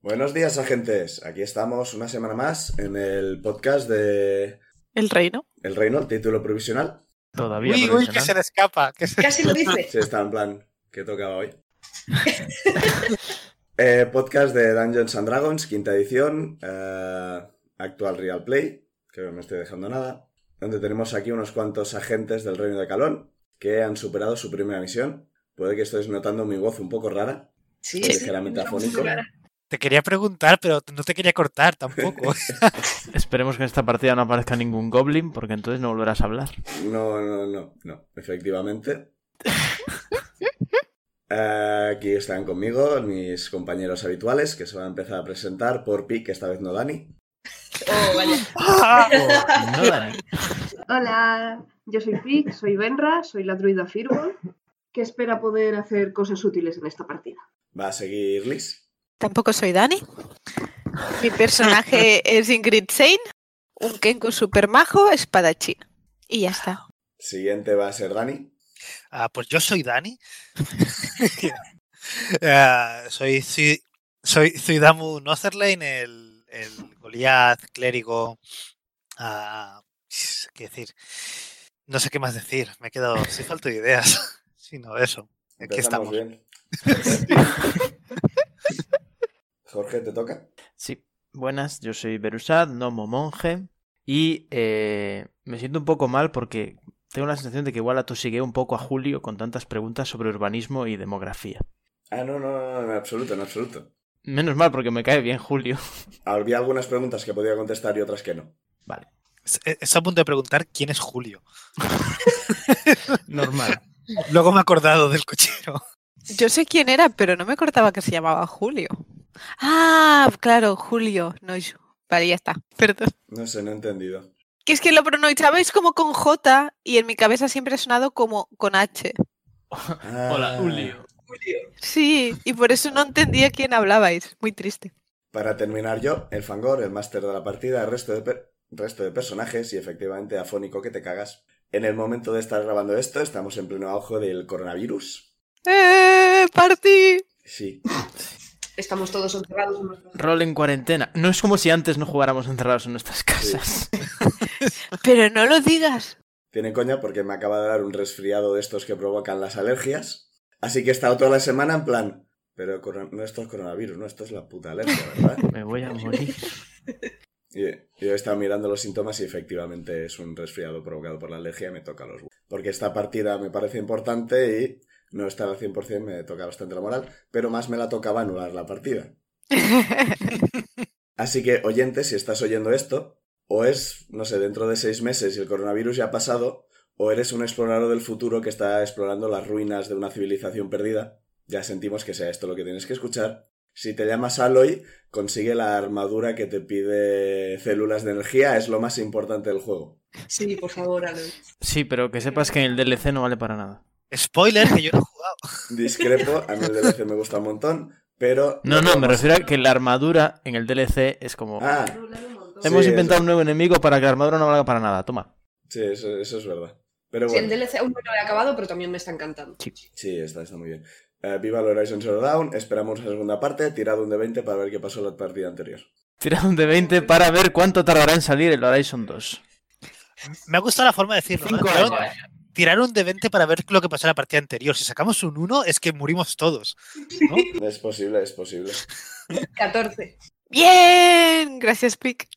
Buenos días, agentes. Aquí estamos una semana más en el podcast de El reino. El Reino, el título provisional. Todavía. Uy, uy, provisional. que se le escapa. Que se- Casi lo dice. Sí, está en plan, que tocaba hoy. Eh, podcast de Dungeons and Dragons, quinta edición, eh, actual Real Play, que no me estoy dejando nada, donde tenemos aquí unos cuantos agentes del Reino de Calón que han superado su primera misión. Puede que estéis notando mi voz un poco rara, Sí, sí. ligeramente Una afónico. muscular. Te quería preguntar, pero no te quería cortar tampoco. Esperemos que en esta partida no aparezca ningún goblin, porque entonces no volverás a hablar. No, no, no, no, efectivamente. Eh, Aquí están conmigo mis compañeros habituales que se van a empezar a presentar por Pi, que esta vez no Dani. Oh, vale. No, Dani. Hola, yo soy Pic, soy Benra, soy la druida Firbolg, que espera poder hacer cosas útiles en esta partida. Va a seguir Liz. Tampoco soy Dani. Mi personaje es Ingrid Sein, un Kenku super majo, espadachín. Y ya está. Siguiente va a ser Dani. Ah, pues yo soy Dani. Ah, soy Ci- soy Zuidamu Notherlane, el, el Goliath clérigo. ah, ¿Qué decir? No sé qué más decir. Me he quedado. Sí, falto de ideas. Sino eso. Aquí Empezamos estamos. bien. Jorge, te toca. Sí, buenas, yo soy Berusad, gnomo monje, y eh, me siento un poco mal porque tengo la sensación de que igual atosigué un poco a Julio con tantas preguntas sobre urbanismo y demografía. Ah, no, no, no, no, en absoluto, en absoluto. Menos mal porque me cae bien Julio. Había algunas preguntas que podía contestar y otras que no. Es- e, es- Estoy a punto de preguntar quién es Julio. Normal. Luego me he acordado del cochero. Yo sé quién era, pero no me cortaba que se llamaba Julio. Ah, claro, Julio, no yo. Vale, ya está. Perdón. No sé, no he entendido. Que es que lo pronunciabais como con J y en mi cabeza siempre ha sonado como con H. Ah, Hola, Julio. Sí, y por eso no entendía quién hablabais. Muy triste. Para terminar yo, el Fangor, el máster de la partida, el resto de, per- resto de personajes y efectivamente afónico que te cagas. En el momento de estar grabando esto, estamos en pleno auge del coronavirus. ¡Eh! ¡Partí! Sí, Estamos todos encerrados en nuestro- Rol en cuarentena. No es como si antes no jugáramos encerrados en nuestras casas. Pero no lo digas. tiene coña porque me acaba de dar un resfriado de estos que provocan las alergias. Así que he estado toda la semana en plan, pero coron- no esto es coronavirus, no, esto es la puta alergia, ¿verdad? Me voy a morir. Y y yo he estado mirando los síntomas y efectivamente es un resfriado provocado por la alergia y me toca los huevos. Porque esta partida me parece importante y no estar al 100% me toca bastante la moral, pero más me la tocaba anular la partida. Así que, oyente, si estás oyendo esto, o es, no sé, dentro de seis meses y el coronavirus ya ha pasado, o eres un explorador del futuro que está explorando las ruinas de una civilización perdida. Ya sentimos que sea esto lo que tienes que escuchar. Si te llamas Aloy, consigue la armadura que te pide células de energía, es lo más importante del juego. Sí, por favor, Aloy. Sí, pero que sepas que el DLC no vale para nada. Spoiler, que yo no he jugado. Discrepo, a mí el DLC me gusta un montón, pero... No, no, me refiero a que la armadura en el DLC es como... Ah, Hemos sí, inventado eso. un nuevo enemigo para que la armadura no valga para nada. Toma. sí, eso, eso es verdad. Pero Sí, el bueno, DLC aún no lo he acabado, pero también me está encantando. sí, está, está muy bien. Eh, viva el Horizon Zero Dawn, esperamos la segunda parte, tirad un de 20 para ver qué pasó en la partida anterior. Tira un de 20 para ver cuánto tardará en salir el Horizon 2. Me ha gustado la forma de decirlo. ¿no? Cinco Tirar un- años. Tirar un de 20 para ver lo que pasó en la partida anterior. Si sacamos un 1, es que morimos todos. ¿no? Es posible, es posible. 14. Bien, gracias, Pic.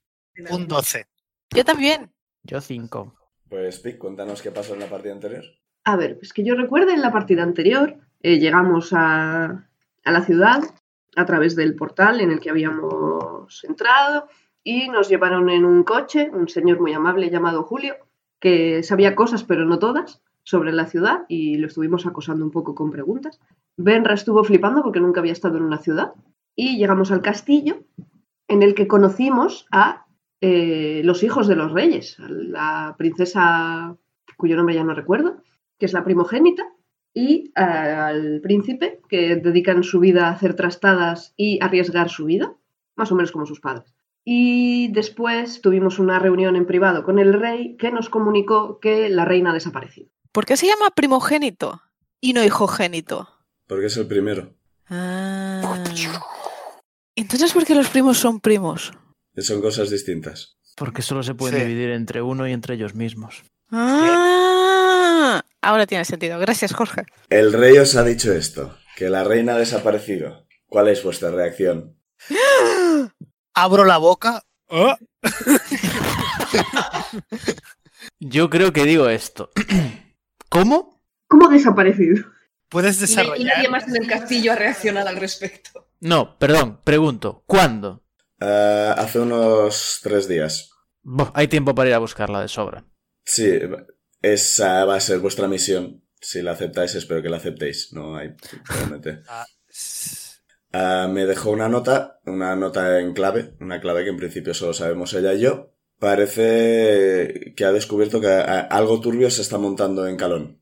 Un 12. Yo también. Yo 5. Pues, Pic, cuéntanos qué pasó en la partida anterior. A ver, pues que yo recuerde en la partida anterior eh, llegamos a, a la ciudad a través del portal en el que habíamos entrado y nos llevaron en un coche un señor muy amable llamado Julio que sabía cosas pero no todas sobre la ciudad y lo estuvimos acosando un poco con preguntas. Benra estuvo flipando porque nunca había estado en una ciudad y llegamos al castillo en el que conocimos a eh, los hijos de los reyes, a la princesa cuyo nombre ya no recuerdo, que es la primogénita, y a- al príncipe, que dedican su vida a hacer trastadas y arriesgar su vida, más o menos como sus padres. Y después tuvimos una reunión en privado con el rey que nos comunicó que la reina ha desaparecido. ¿Por qué se llama primogénito y no hijogénito? Porque es el primero. Ah, Entonces, ¿por qué los primos son primos? Son cosas distintas. Porque solo se pueden Sí. dividir entre uno y entre ellos mismos. Ah, ahora tiene sentido. Gracias, Jorge. El rey os ha dicho esto, que la reina ha desaparecido. ¿Cuál es vuestra reacción? Abro la boca. Oh. ¡Ah! Yo creo que digo esto. ¿Cómo? ¿Cómo ha desaparecido? Puedes Y nadie desarrollar. más en el castillo ha reaccionado al respecto. No, perdón, pregunto. ¿Cuándo? Ah, hace unos tres días. Bof, hay tiempo para ir a buscarla de sobra. Sí, esa va a ser vuestra misión. Si la aceptáis, espero que la aceptéis. No hay, realmente. Ah, me dejó una nota, una nota en clave, una clave que en principio solo sabemos ella y yo. Parece que ha descubierto que ah, algo turbio se está montando en Calón.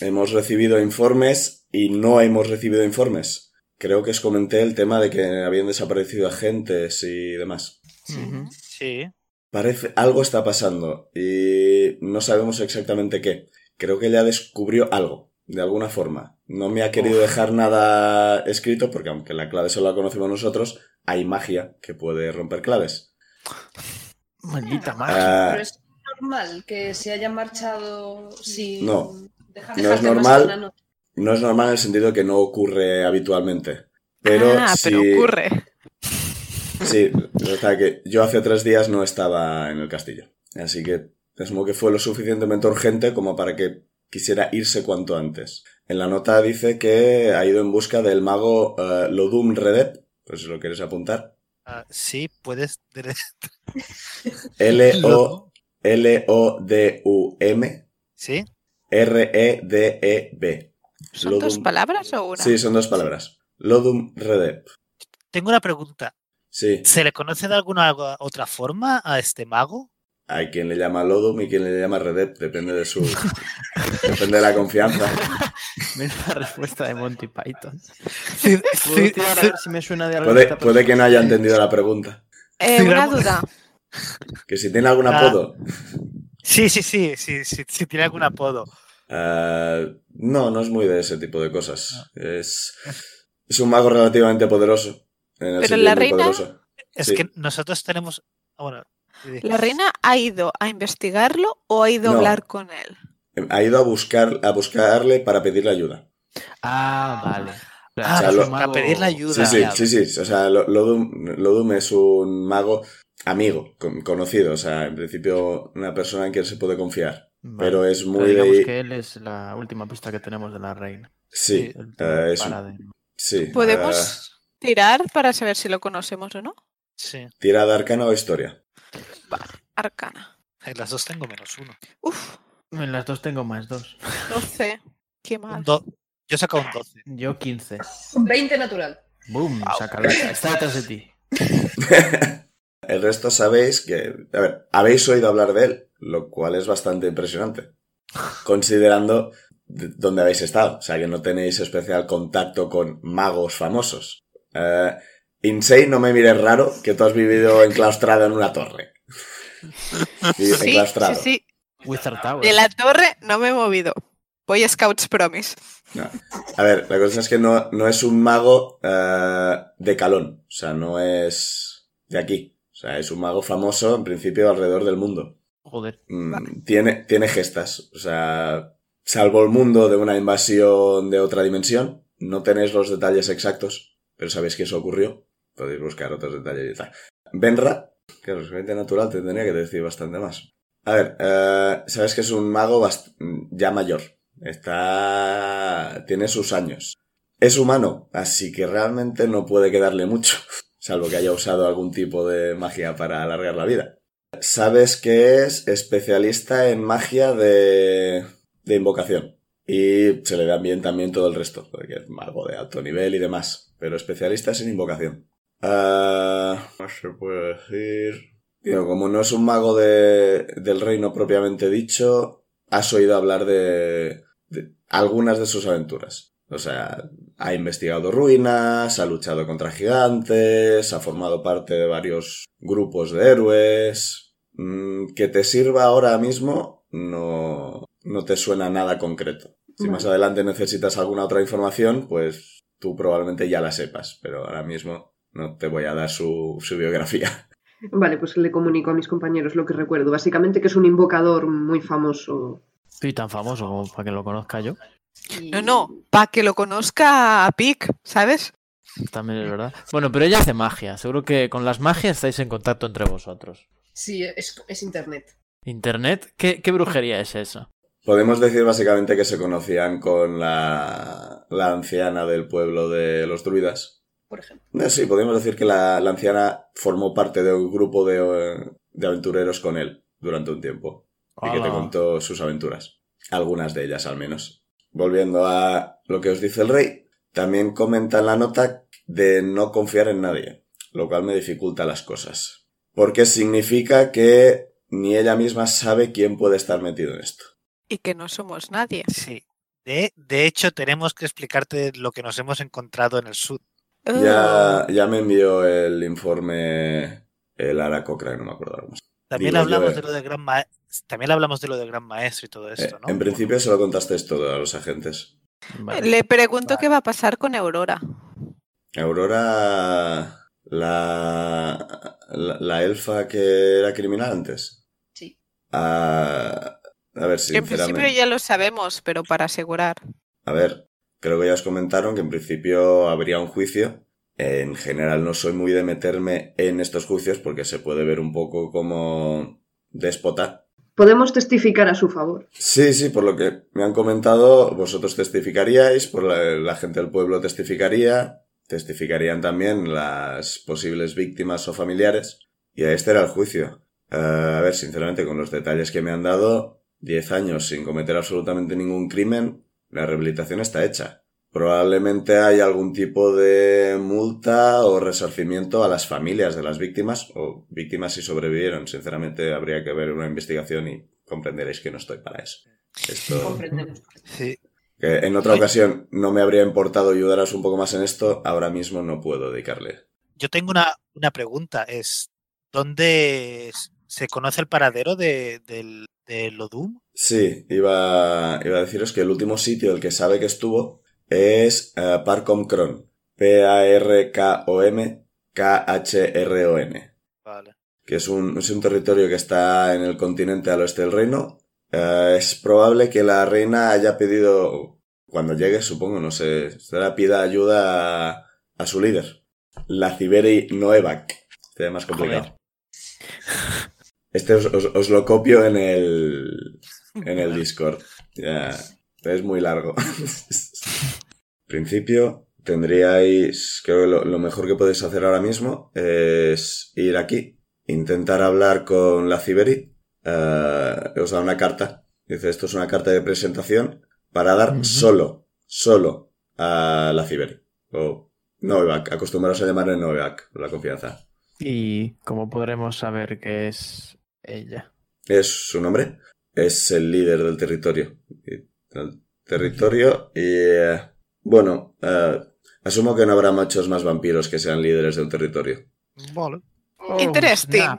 Hemos recibido informes y no hemos recibido informes. Creo que os comenté el tema de que habían desaparecido agentes y demás. Ujú. Sí. Parece algo está pasando y no sabemos exactamente qué. Creo que ella descubrió algo, de alguna forma. No me ha querido dejar nada escrito porque aunque la clave solo la conocemos nosotros, hay magia que puede romper claves. Maldita magia. Ah, Pero es normal que se haya marchado sin. No. dejar- No es dejarte más que normal. una nota. no es normal en el sentido que no ocurre habitualmente. Pero, ah, sí, pero ocurre. Sí, o sea que yo hace tres días no estaba en el castillo. Así que presumo que fue lo suficientemente urgente como para que quisiera irse cuanto antes. En la nota dice que ha ido en busca del mago eh, Lodum Redep, pues si lo quieres apuntar. Ah, sí, puedes. L-O-L-O-D-U-M Sí. E R-E-D-E-B. ¿Son Lodum- dos palabras o una? Sí, son dos palabras. Lodum Redep. Tengo una pregunta. Sí, ¿Se le conoce de alguna otra forma a este mago? hay quien le llama Lodum y quien le llama Redep, depende de su... depende de la confianza. Menuda respuesta de Monty Python. Ci- Puedo ci- tirar a ci- ver si me suena de algo Puede, esta persona. puede que no haya entendido la pregunta. Eh, una Digamos- duda. Que si tiene algún Ah. apodo. Sí, sí, sí, sí, sí, sí, tiene algún apodo. Ah, no, no es muy de ese tipo de cosas. Es, es un mago relativamente poderoso. en el Pero sentido la muy reina- poderoso. Es Sí. que nosotros tenemos. ah, Bueno, sí. ¿La reina ha ido a investigarlo o ha ido a No. hablar con él? Ha ido a, buscar, a buscarle para pedirle ayuda. Ah, vale. Ah, o sea, lo- para pedirle ayuda. Sí, sí, Claro. sí, sí. O sea, Lo- Lodum, Lodum es un mago amigo, con- conocido. O sea, en principio una persona en quien se puede confiar. Vale. Pero es Pero muy digamos de... que él es la última pista que tenemos de la reina. Sí, El último ah, es un- para de- sí. ah, ¿Podemos tirar para saber si lo conocemos o no? Sí. tirada arcana o historia. Arcana. En las dos tengo menos uno. Uf, En las dos tengo más dos. 12. Qué Un mal. do- Yo he sacado un 12. Yo 15. 20 natural. Boom, sácalo. Está detrás de ti. El resto sabéis que, a ver, habéis oído hablar de él, lo cual es bastante impresionante, considerando d- dónde habéis estado, o sea que no tenéis especial contacto con magos famosos. Eh, Insane, no me mires raro, que tú has vivido enclaustrado en una torre. Y Sí, sí, enclaustrado. sí. Wizard Tower. De la torre no me he movido. Voy a Scouts Promise. A ver, la cosa es que no, no es un mago eh, de calón, o sea, no es de aquí. O sea, es un mago famoso, en principio, alrededor del mundo. Joder. Mm, tiene, tiene gestas. O sea, salvo el mundo de una invasión de otra dimensión, no tenéis los detalles exactos, pero sabéis que eso ocurrió. Podéis buscar otros detalles y tal. Benra, que es gente natural, te tendría que decir bastante más. A ver, eh, sabes que es un mago bast- mm, ya mayor. Está. tiene sus años. Es humano, así que realmente no puede quedarle mucho, salvo que haya usado algún tipo de magia para alargar la vida. Sabes que es especialista en magia de, de invocación. Y se le dan bien también todo el resto, porque es mago de alto nivel y demás. Pero especialistas en invocación. Ah, no se puede decir. Digo, como no es un mago de- del reino propiamente dicho, has oído hablar de, de algunas de sus aventuras. O sea, ha investigado ruinas, ha luchado contra gigantes, ha formado parte de varios grupos de héroes. Mm, que te sirva ahora mismo no, no te suena nada concreto. Si Vale. más adelante necesitas alguna otra información, pues tú probablemente ya la sepas, pero ahora mismo No te voy a dar su, su biografía. Vale, pues le comunico a mis compañeros lo que recuerdo. Básicamente que es un invocador muy famoso. Soy tan famoso como para que lo conozca yo. Y- No, no, para que lo conozca a Pic, ¿sabes? También es verdad. Bueno, pero ella hace magia. Seguro que con las magias estáis en contacto entre vosotros. Sí, es, es internet. Internet, ¿qué, qué brujería es esa? Podemos decir básicamente que se conocían con la, la anciana del pueblo de los druidas. Por ejemplo. Eh, Sí, podemos decir que la, la anciana formó parte de un grupo de, eh, de aventureros con él durante un tiempo y que te Ala. contó sus aventuras. Algunas de ellas, al menos. Volviendo a lo que os dice el rey, también comenta en la nota de no confiar en nadie, lo cual me dificulta las cosas. Porque significa que ni ella misma sabe quién puede estar metido en esto. Y que no somos nadie. Sí. De, de hecho, tenemos que explicarte lo que nos hemos encontrado en el sur. Uh, Ah. Ya, ya me envió el informe el Ara Cochrane, no me acuerdo ahora cómo se También Digo yo, hablamos eh. de lo de gran ma- también hablamos de lo de gran maestro y todo esto, Eh, ¿no? En principio se lo contaste todo a los agentes. Vale. Le pregunto Vale. qué va a pasar con Aurora. Aurora, la, la, la elfa que era criminal antes. Sí. Ah, a ver, Que en principio sinceramente. ya lo sabemos, pero para asegurar. A ver, creo que ya os comentaron que en principio habría un juicio. En general no soy muy de meterme en estos juicios porque se puede ver un poco como déspota. Podemos testificar a su favor. Sí, sí, por lo que me han comentado, vosotros testificaríais, por la, la gente del pueblo testificaría, testificarían también las posibles víctimas o familiares. Y este era el juicio. Eh, a ver, sinceramente, con los detalles que me han dado, 10 años sin cometer absolutamente ningún crimen, la rehabilitación está hecha. Probablemente hay algún tipo de multa o resarcimiento a las familias de las víctimas, o víctimas si sobrevivieron. Sinceramente, habría que ver una investigación y comprenderéis que no estoy para eso. Esto, Comprendemos. Sí. que en otra ocasión no me habría importado ayudaros un poco más en esto, ahora mismo no puedo dedicarle. Yo tengo una, una pregunta, es ¿dónde s- se conoce el paradero de, del, del Odum? Sí, iba, iba a deciros que el último sitio el que sabe que estuvo es eh, Parcom Kron. P-A-R-K-O-M K-H-R-O-N. Vale. Que es un, es un territorio que está en el continente al oeste del reino. Eh, es probable que la reina haya pedido, cuando llegue, supongo, no sé, será pida ayuda a, a su líder, la Ciberi Noevac. Sería más complicado. Joder. Este os, os- os lo copio en el, en el Discord. Ya, es muy largo. principio, tendríais, creo que lo, lo mejor que podéis hacer ahora mismo es ir aquí, intentar hablar con la Ciberi. eh, os da una carta. Dice, esto es una carta de presentación para dar Ujú. solo, solo a la Ciberi. O Novevac, acostumbraros a llamarle Novevac, por la confianza. ¿Y cómo podremos saber que es ella? es su nombre, es el líder del territorio. Y- del territorio y... eh, bueno, eh, asumo que no habrá machos más vampiros que sean líderes de un territorio. Vale. Interesting. Oh,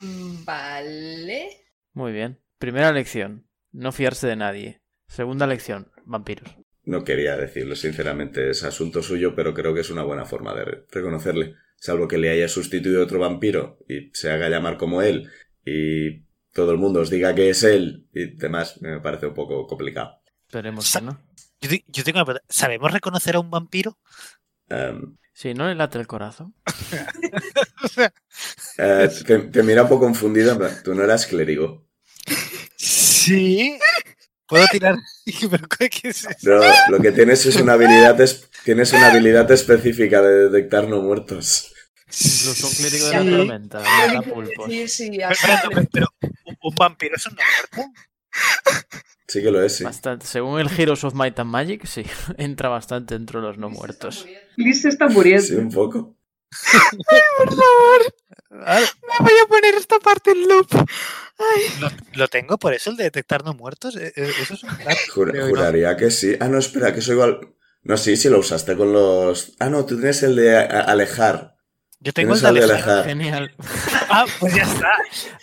Mm, Vale. Muy bien. Primera lección, no fiarse de nadie. Segunda lección, vampiros. No quería decirlo, sinceramente, es asunto suyo, pero creo que es una buena forma de re- reconocerle. Salvo que le haya sustituido otro vampiro y se haga llamar como él y todo el mundo os diga que es él y demás, me parece un poco complicado. Esperemos que no. Yo, te- yo tengo una pregunta, ¿sabemos reconocer a un vampiro? Em, Si no le late el corazón. eh, te, te mira un poco confundida, en plan, tú no eras clérigo. Sí. ¿Puedo tirar? ¿Pero qué- qué es eso? Pero lo que tienes es una habilidad es- tienes una habilidad específica de detectar no muertos. Incluso un clérigo de Sí. la tormenta, Ah, mata pulpos. Sí, sí, Pero, así. pero- pero- pero, ¿un- ¿un vampiro es un no muerto? Sí que lo es, sí. Bastante. Según el Heroes of Might and Magic, sí, entra bastante dentro de los no muertos. Liz se está muriendo. Sí, un poco. Por favor, Vale, me voy a poner esta parte en loop. Ay, Lo, lo tengo por eso, el de detectar no muertos. e- e- Eso es un crack, Jur- creo, ¿no? juraría que sí. Ah, no, espera, que eso igual. No, sí, sí lo usaste con los. Ah, no, tú tienes el de a- alejar. Yo tengo el Tienes de el de Alejandro. alejar. Genial. Ah, pues ya está.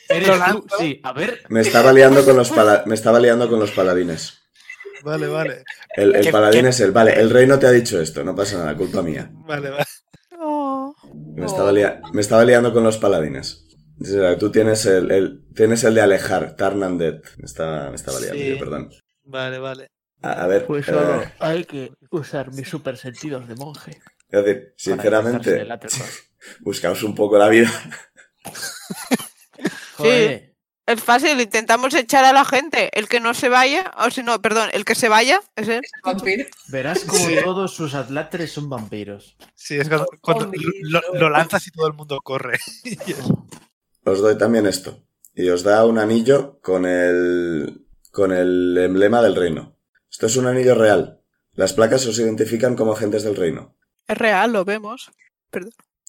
Eres tú, lanzo. sí. A ver, Me estaba liando con los pala- me estaba liando con los paladines. Vale, vale. El, el ¿Qué- paladín qué? es el. Vale, el rey no te ha dicho esto, no pasa nada, culpa mía. Vale, vale. oh. Me estaba, lia- me estaba liando con los paladines. O sea, Tú tienes el, el- tienes el de alejar, Tarnandet. Me estaba, me estaba liando, Sí. yo, perdón. Vale, vale. A, a ver, Pues eh, solo hay que usar mis super sentidos de monje. es decir, para empezarse sinceramente, el Atherton. buscaos un poco la vida. Joder. Es fácil, intentamos echar a la gente. El que no se vaya, o si no, perdón, el que se vaya, es él. Vampiro. Verás como Sí. todos sus atlatres son vampiros. Sí, es Oh, cuando, cuando lo, lo lanzas y todo el mundo corre. Os doy también esto. Y os da un anillo con el, con el emblema del reino. Esto es un anillo real. Las placas os identifican como agentes del reino. Es real, lo vemos.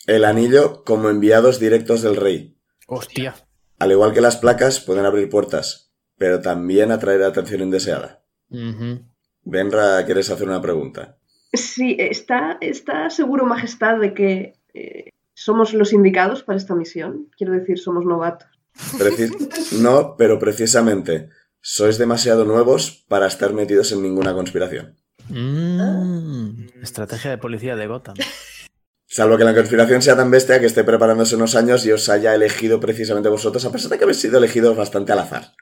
El anillo como enviados directos del rey. Hostia. Al igual que las placas, pueden abrir puertas, pero también atraer atención indeseada. Ujú. Benra, ¿quieres hacer una pregunta? Sí, está, está seguro, Majestad, de que eh, somos los indicados para esta misión. Quiero decir, somos novatos. Preci- no, pero precisamente, sois demasiado nuevos para estar metidos en ninguna conspiración. Mm. Estrategia de policía de Gotham. Salvo que la conspiración sea tan bestia que esté preparándose unos años y os haya elegido precisamente vosotros, a pesar de que habéis sido elegidos bastante al azar.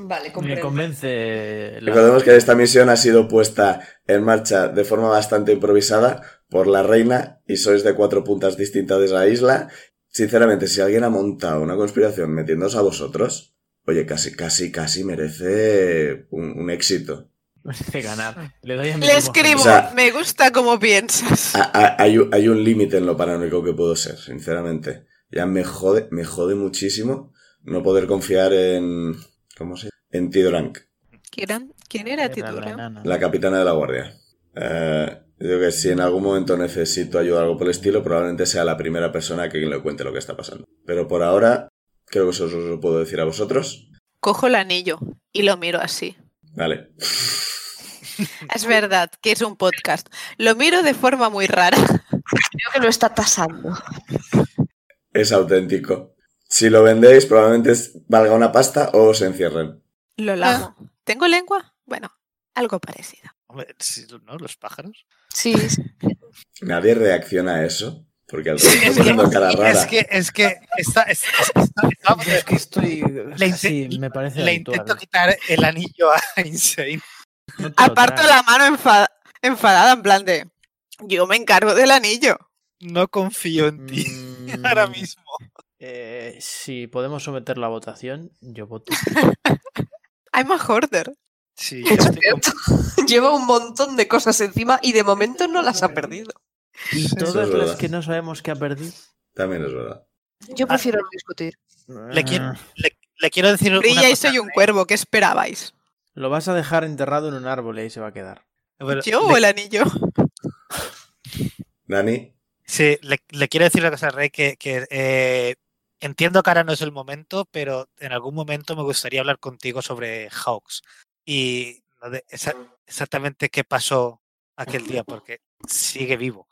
Vale, Me comprendo. convence. la- Recordemos que esta misión ha sido puesta en marcha de forma bastante improvisada por la reina y sois de cuatro puntas distintas de la isla. Sinceramente, si alguien ha montado una conspiración metiéndose a vosotros, oye, casi, casi, casi merece un, un éxito. merece ganar. Le doy a mi Le primo escribo, O sea- me gusta como piensas. Ha- ha- hay, un- hay un límite en lo paranoico que puedo ser, sinceramente. Ya me jode, me jode muchísimo no poder confiar en... ¿Cómo se llama? En Tidrank. ¿Quién, era- quién era Era la Tidora? enana. La capitana de la guardia. Eh, yo creo que si en algún momento necesito ayuda o algo por el estilo, probablemente sea la primera persona que le cuente lo que está pasando. Pero por ahora, creo que eso os lo puedo decir a vosotros. Cojo el anillo y lo miro así. Vale. Es verdad que es un podcast. Lo miro de forma muy rara. Creo que lo está pasando. Es auténtico. Si lo vendéis, probablemente es- valga una pasta o os encierren. Lo lamo. ¿Tengo lengua? Bueno, algo parecido. Hombre, sí, ¿no? Los pájaros. Sí, sí. Nadie reacciona a eso, porque al resto es está que- haciendo cara rara. Es que, es que está, es- está- estábamos- Yo es que estoy. Le Sí, inte- me parece. le habitual. intento quitar el anillo a Insane. No te lo Aparto traes. la mano enfa- enfadada, en plan de. Yo me encargo del anillo. No confío en ti Mm, ahora mismo. eh, si podemos someter la votación, yo voto. I'm a hoarder. Sí, yo estoy con- Lleva un montón de cosas encima y de momento no las ha perdido. Y todas es las verdad. que no sabemos que ha perdido. También es verdad. Yo prefiero no discutir. le, quiero, ah, le, le quiero decir una Brilla y cosa, soy un cuervo. ¿Qué esperabais? Lo vas a dejar enterrado en un árbol y ahí se va a quedar. pero ¿Yo le- o el anillo? Dani, Sí, le, le quiero decir una cosa, Rey, que, que, eh, entiendo que ahora no es el momento, pero en algún momento me gustaría hablar contigo sobre Hawks y lo de exa- exactamente qué pasó aquel día, porque sigue vivo.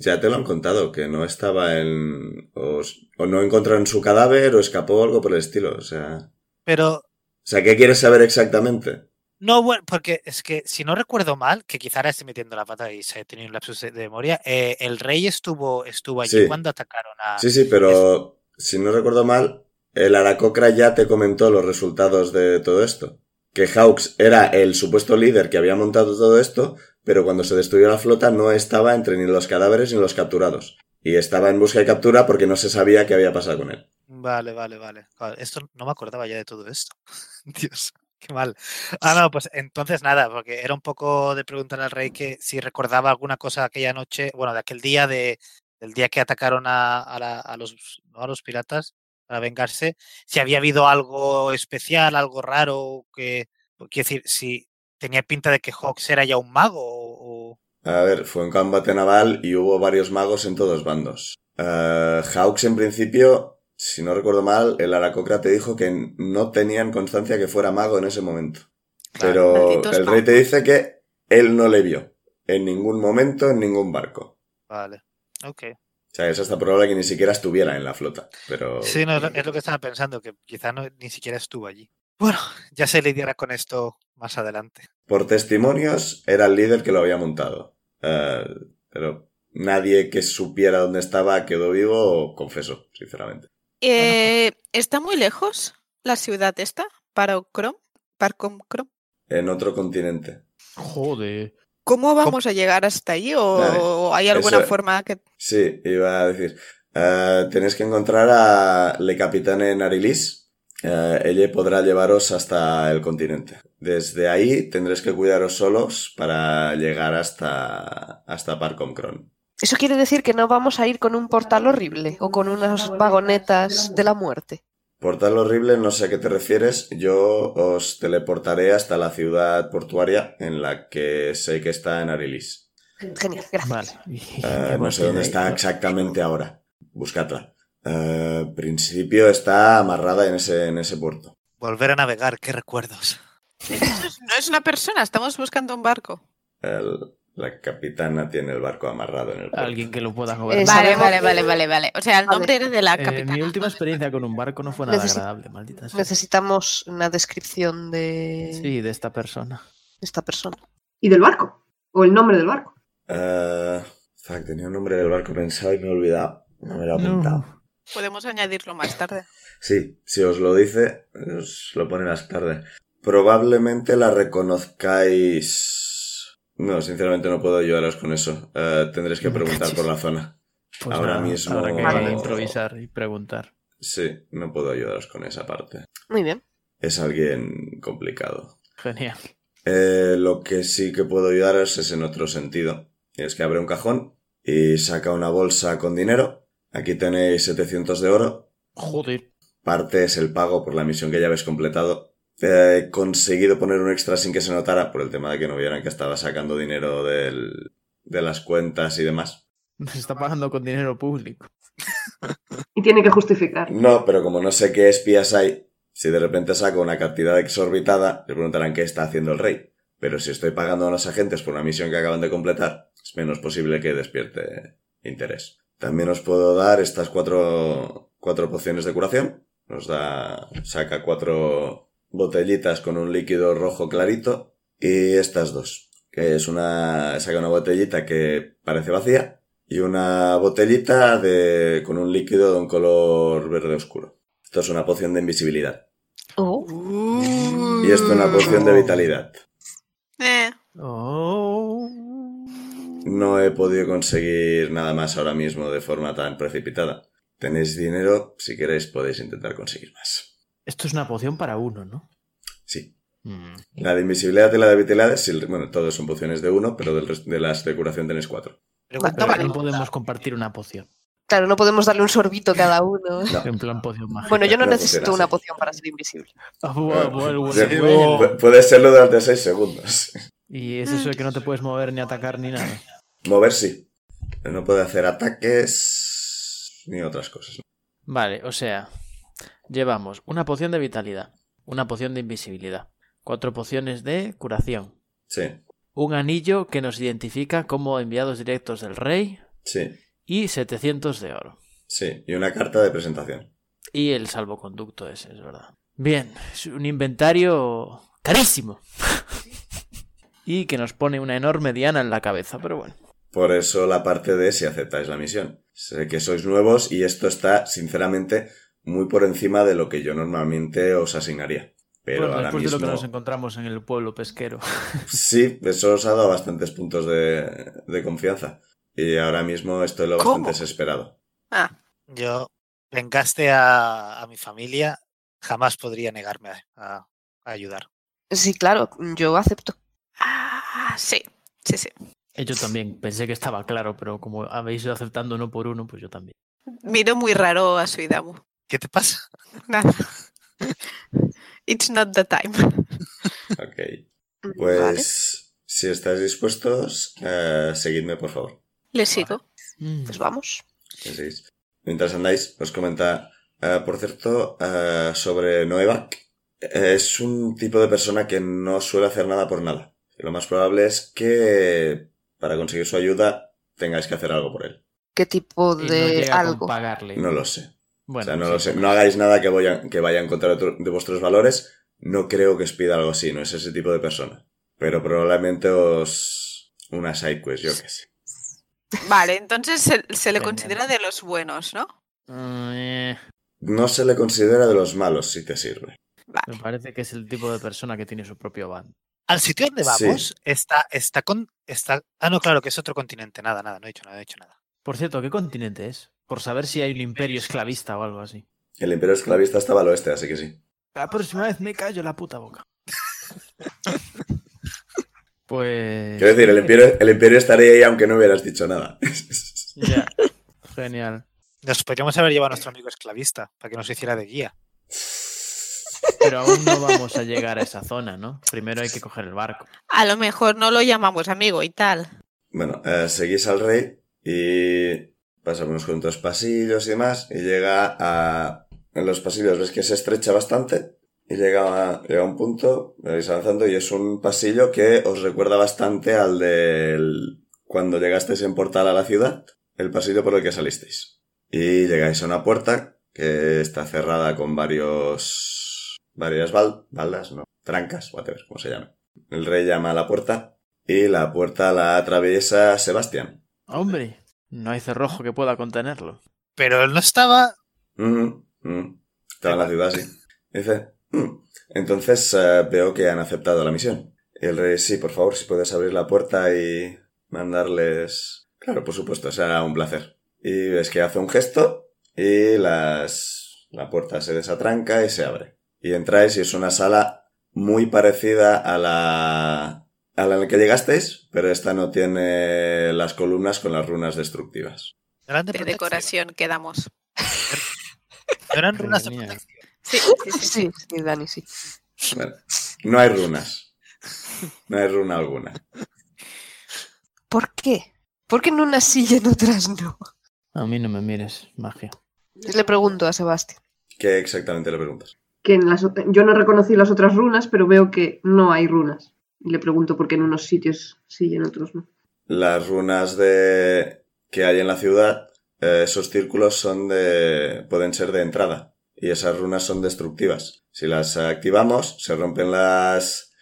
ya te lo han contado, que no estaba en... O, o no encontraron su cadáver o escapó o algo por el estilo. O sea... Pero O sea, ¿qué quieres saber exactamente? no, bueno, porque es que si no recuerdo mal, que quizá ahora estoy metiendo la pata y se he tenido un lapsus de, de memoria, eh, el rey estuvo, estuvo allí Sí. cuando atacaron a... Sí, sí, pero si no recuerdo mal, el Aracocra ya te comentó los resultados de todo esto. Que Hawks era el supuesto líder que había montado todo esto, pero cuando se destruyó la flota no estaba entre ni los cadáveres ni los capturados. Y estaba en busca y captura porque no se sabía qué había pasado con él. Vale, vale, vale. Joder, Esto no me acordaba ya de todo esto. Dios, qué mal. Ah, no, pues entonces nada, porque era un poco de preguntar al rey que si recordaba alguna cosa aquella noche, bueno, de aquel día, de, del día que atacaron a, a la- a los, ¿no? a los piratas para vengarse, si había habido algo especial, algo raro, que, quiero decir, si tenía pinta de que Hawks era ya un mago o... o- A ver, fue un combate naval y hubo varios magos en todos bandos. Eh, Hawks, en principio, si no recuerdo mal, el Aracocra te dijo que no tenían constancia que fuera mago en ese momento. Pero Malditos el rey te dice que él no le vio en ningún momento en ningún barco. Vale, ok. O sea, es hasta probable que ni siquiera estuviera en la flota. Pero Sí, no, es, lo, es lo que estaba pensando, que quizá no, ni siquiera estuvo allí. Bueno, ya se lidiará con esto más adelante. por testimonios era el líder que lo había montado. Eh, pero Nadie que supiera dónde estaba quedó vivo, confeso, sinceramente. Eh, ¿Está muy lejos la ciudad esta? ¿Para Crom? ¿Parcom Crom? En otro continente. Joder. ¿Cómo vamos a llegar hasta allí? ¿O Vale. o hay alguna Eso- forma que...? Sí, iba a decir. eh, tenéis que encontrar a Le Capitane Narilis. Eh, ella podrá llevaros hasta el continente. Desde ahí tendréis que cuidaros solos para llegar hasta, hasta Parcomcron. Eso quiere decir que no vamos a ir con un portal horrible o con Ah, unas pues, vagonetas de la muerte. Portal horrible, no sé a qué te refieres. Yo os teleportaré hasta la ciudad portuaria en la que sé que está Narilis. Genial, gracias. Vale. Eh, no sé dónde está exactamente ahora. Buscadla. Eh, principio está amarrada en ese, en ese puerto. Volver a navegar, qué recuerdos. No es una persona, estamos buscando un barco. El- la capitana tiene el barco amarrado en el puerto. Alguien que lo pueda gobernar. Vale, Vale, vale, Sabemos- vale, vale, vale. O sea, el A nombre era de la Eh, capitana. mi última experiencia con un barco no fue nada Necesi- agradable, maldita pues sea. Necesitamos una descripción de Sí, de esta persona. esta persona. Y del barco. O el nombre del barco. Eh, fuck, tenía un nombre del barco pensado y me he olvidado. No me lo he apuntado. Podemos añadirlo más tarde. Sí, si os lo dice, os lo pone más tarde. Probablemente la reconozcáis. No, sinceramente no puedo ayudaros con eso. Eh, tendréis que preguntar por la zona. Pues Ahora nada, mismo- Habrá que Vale. improvisar y preguntar. Sí, no puedo ayudaros con esa parte. Muy bien. Es alguien complicado. Genial. Eh, lo que sí que puedo ayudaros es en otro sentido. Y es que abre un cajón y saca una bolsa con dinero. Aquí tenéis 700 de oro. Joder. Parte es el pago por la misión que ya habéis completado. Eh, He conseguido poner un extra sin que se notara por el tema de que no vieran que estaba sacando dinero del- de las cuentas y demás. Nos está pagando con dinero público. Y tiene que justificar. No, pero como no sé qué espías hay, si de repente saco una cantidad exorbitada, le preguntarán qué está haciendo el rey. Pero si estoy pagando a los agentes por una misión que acaban de completar, es menos posible que despierte interés. También os puedo dar estas cuatro, cuatro pociones de curación. Nos da, saca cuatro botellitas con un líquido rojo clarito y estas dos. Que es una, saca una botellita que parece vacía y una botellita de, con un líquido de un color verde oscuro. Esto es una poción de invisibilidad. Oh, Y esto es una Mm. poción de vitalidad. Eh, Oh. No he podido conseguir nada más ahora mismo de forma tan precipitada. Tenéis dinero, si queréis podéis intentar conseguir más. Esto es una poción para uno, ¿no? Sí. Mm. La de invisibilidad y la de vitalidad, sí, bueno, todos son pociones de uno, pero del res- de las de curación tenéis cuatro. Pregunta, Pero vale. no podemos compartir una poción. claro, no podemos darle un sorbito cada uno. No. En plan poción mágica. Bueno, yo no Pero necesito funciona una así. poción para ser invisible. Ah, bueno, bueno, bueno, Sí, bueno. pu- puede serlo durante seis segundos. Y es eso de que no te puedes mover ni atacar ni nada. Mover sí. Pero no puede hacer ataques ni otras cosas. Vale, o sea, llevamos una poción de vitalidad, una poción de invisibilidad, cuatro pociones de curación, Sí, un anillo que nos identifica como enviados directos del rey sí, y 700 de oro. sí. Y una carta de presentación. Y el salvoconducto ese, es verdad. Bien, es un inventario carísimo. y que nos pone una enorme diana en la cabeza, pero bueno. Por eso la parte de si aceptáis la misión. Sé que sois nuevos y esto está, sinceramente, muy por encima de lo que yo normalmente os asignaría. Pero Bueno, ahora después de lo que nos mismo... encontramos en el pueblo pesquero. Sí, eso os ha dado bastantes puntos de, de confianza. Y ahora mismo estoy lo bastante ¿Cómo? desesperado. ah, yo vengaste a, a mi familia, jamás podría negarme a, a- a ayudar. Sí, claro, yo acepto. ah, sí, sí, sí. Eh, Yo también pensé que estaba claro, pero como habéis ido aceptando uno por uno, pues yo también. Miro muy raro a Suidamu. ¿Qué te pasa? Nada. It's not the time. Ok. Pues, Vale. si estáis dispuestos, eh, seguidme, por favor. Le sigo. Mm. Pues vamos. Sí, sí. Mientras andáis, os comenta, eh, por cierto, eh, sobre Noevac. Eh, Es un tipo de persona que no suele hacer nada por nada. Y lo más probable es que para conseguir su ayuda tengáis que hacer algo por él. ¿Qué tipo Y no de llega con algo? pagarle. No lo sé. Bueno, o sea, no sí. lo sé. No hagáis nada que, voy a- que vaya en contra de tu- de vuestros valores. No creo que os pida algo así. No es ese tipo de persona. Pero probablemente os... Una side quest, yo qué sé. Vale, entonces se, se le Venga. considera de los buenos, ¿no? Mm, eh, No se le considera de los malos, si te sirve. me parece que es el tipo de persona que tiene su propio band. Al sitio donde Sí. vamos está, está con. Está, ah, no, claro, que es otro continente. Nada, nada, no he dicho nada, no he dicho nada. Por cierto, ¿qué continente es? Por saber si hay un imperio esclavista o algo así. El imperio esclavista estaba al oeste, así que sí. La próxima vez me callo la puta boca. Pues. Quiero decir, el imperio, el imperio estaría ahí aunque no hubieras dicho nada. Ya. Genial. Nos podríamos haber llevado a nuestro amigo esclavista para que nos hiciera de guía. Pero aún no vamos a llegar a esa zona, ¿no? Primero hay que coger el barco. A lo mejor no lo llamamos amigo y tal. Bueno, eh, seguís al rey y pasamos juntos pasillos y demás y llega a... En los pasillos ves que se estrecha bastante y llega a, llega a un punto, vais avanzando y es un pasillo que os recuerda bastante al del... cuando llegasteis en Portal a la ciudad, el pasillo por el que salisteis. Y llegáis a una puerta que está cerrada con varios... varias bal- baldas, no, trancas, whatever, como se llame. El rey llama a la puerta y la puerta la atraviesa Sebastián. Hombre, no hay cerrojo que pueda contenerlo. Pero él no estaba. Mm, mm. Estaba en la ciudad, sí. Dice, "Mm, entonces eh, veo que han aceptado la misión. Y el rey, sí, por favor, si puedes abrir la puerta y mandarles... Claro, por supuesto, será un placer. Y ves que hace un gesto y las... la puerta se desatranca y se abre. Y entráis y es una sala muy parecida a la... a la en la que llegasteis, pero esta no tiene las columnas con las runas destructivas. Grande De decoración quedamos. No eran runas de Madre mía. protección. Sí, sí, sí. Sí, sí, Dani, sí. Vale. No hay runas. No hay runa alguna. ¿Por qué? ¿Por qué en unas sí y en otras no? A mí no me mires, magia. Le pregunto a Sebastián. ¿Qué exactamente le preguntas? Que en las ot- yo no reconocí las otras runas, pero veo que no hay runas. Y le pregunto por qué en unos sitios sí y en otros no. Las runas de que hay en la ciudad, eh, esos círculos son de pueden ser de entrada y esas runas son destructivas. Si las activamos, se rompen las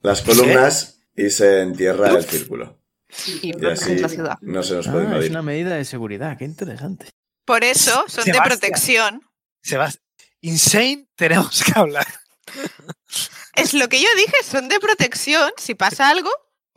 las columnas y se entierra el círculo. Y Y así proteges la ciudad. no se nos Ah, puede es Pues invadir. una medida de seguridad, qué interesante. Por eso son de Sebastián. protección. Sebas- Insane, tenemos que hablar. Es lo que yo dije, son de protección. Si pasa algo,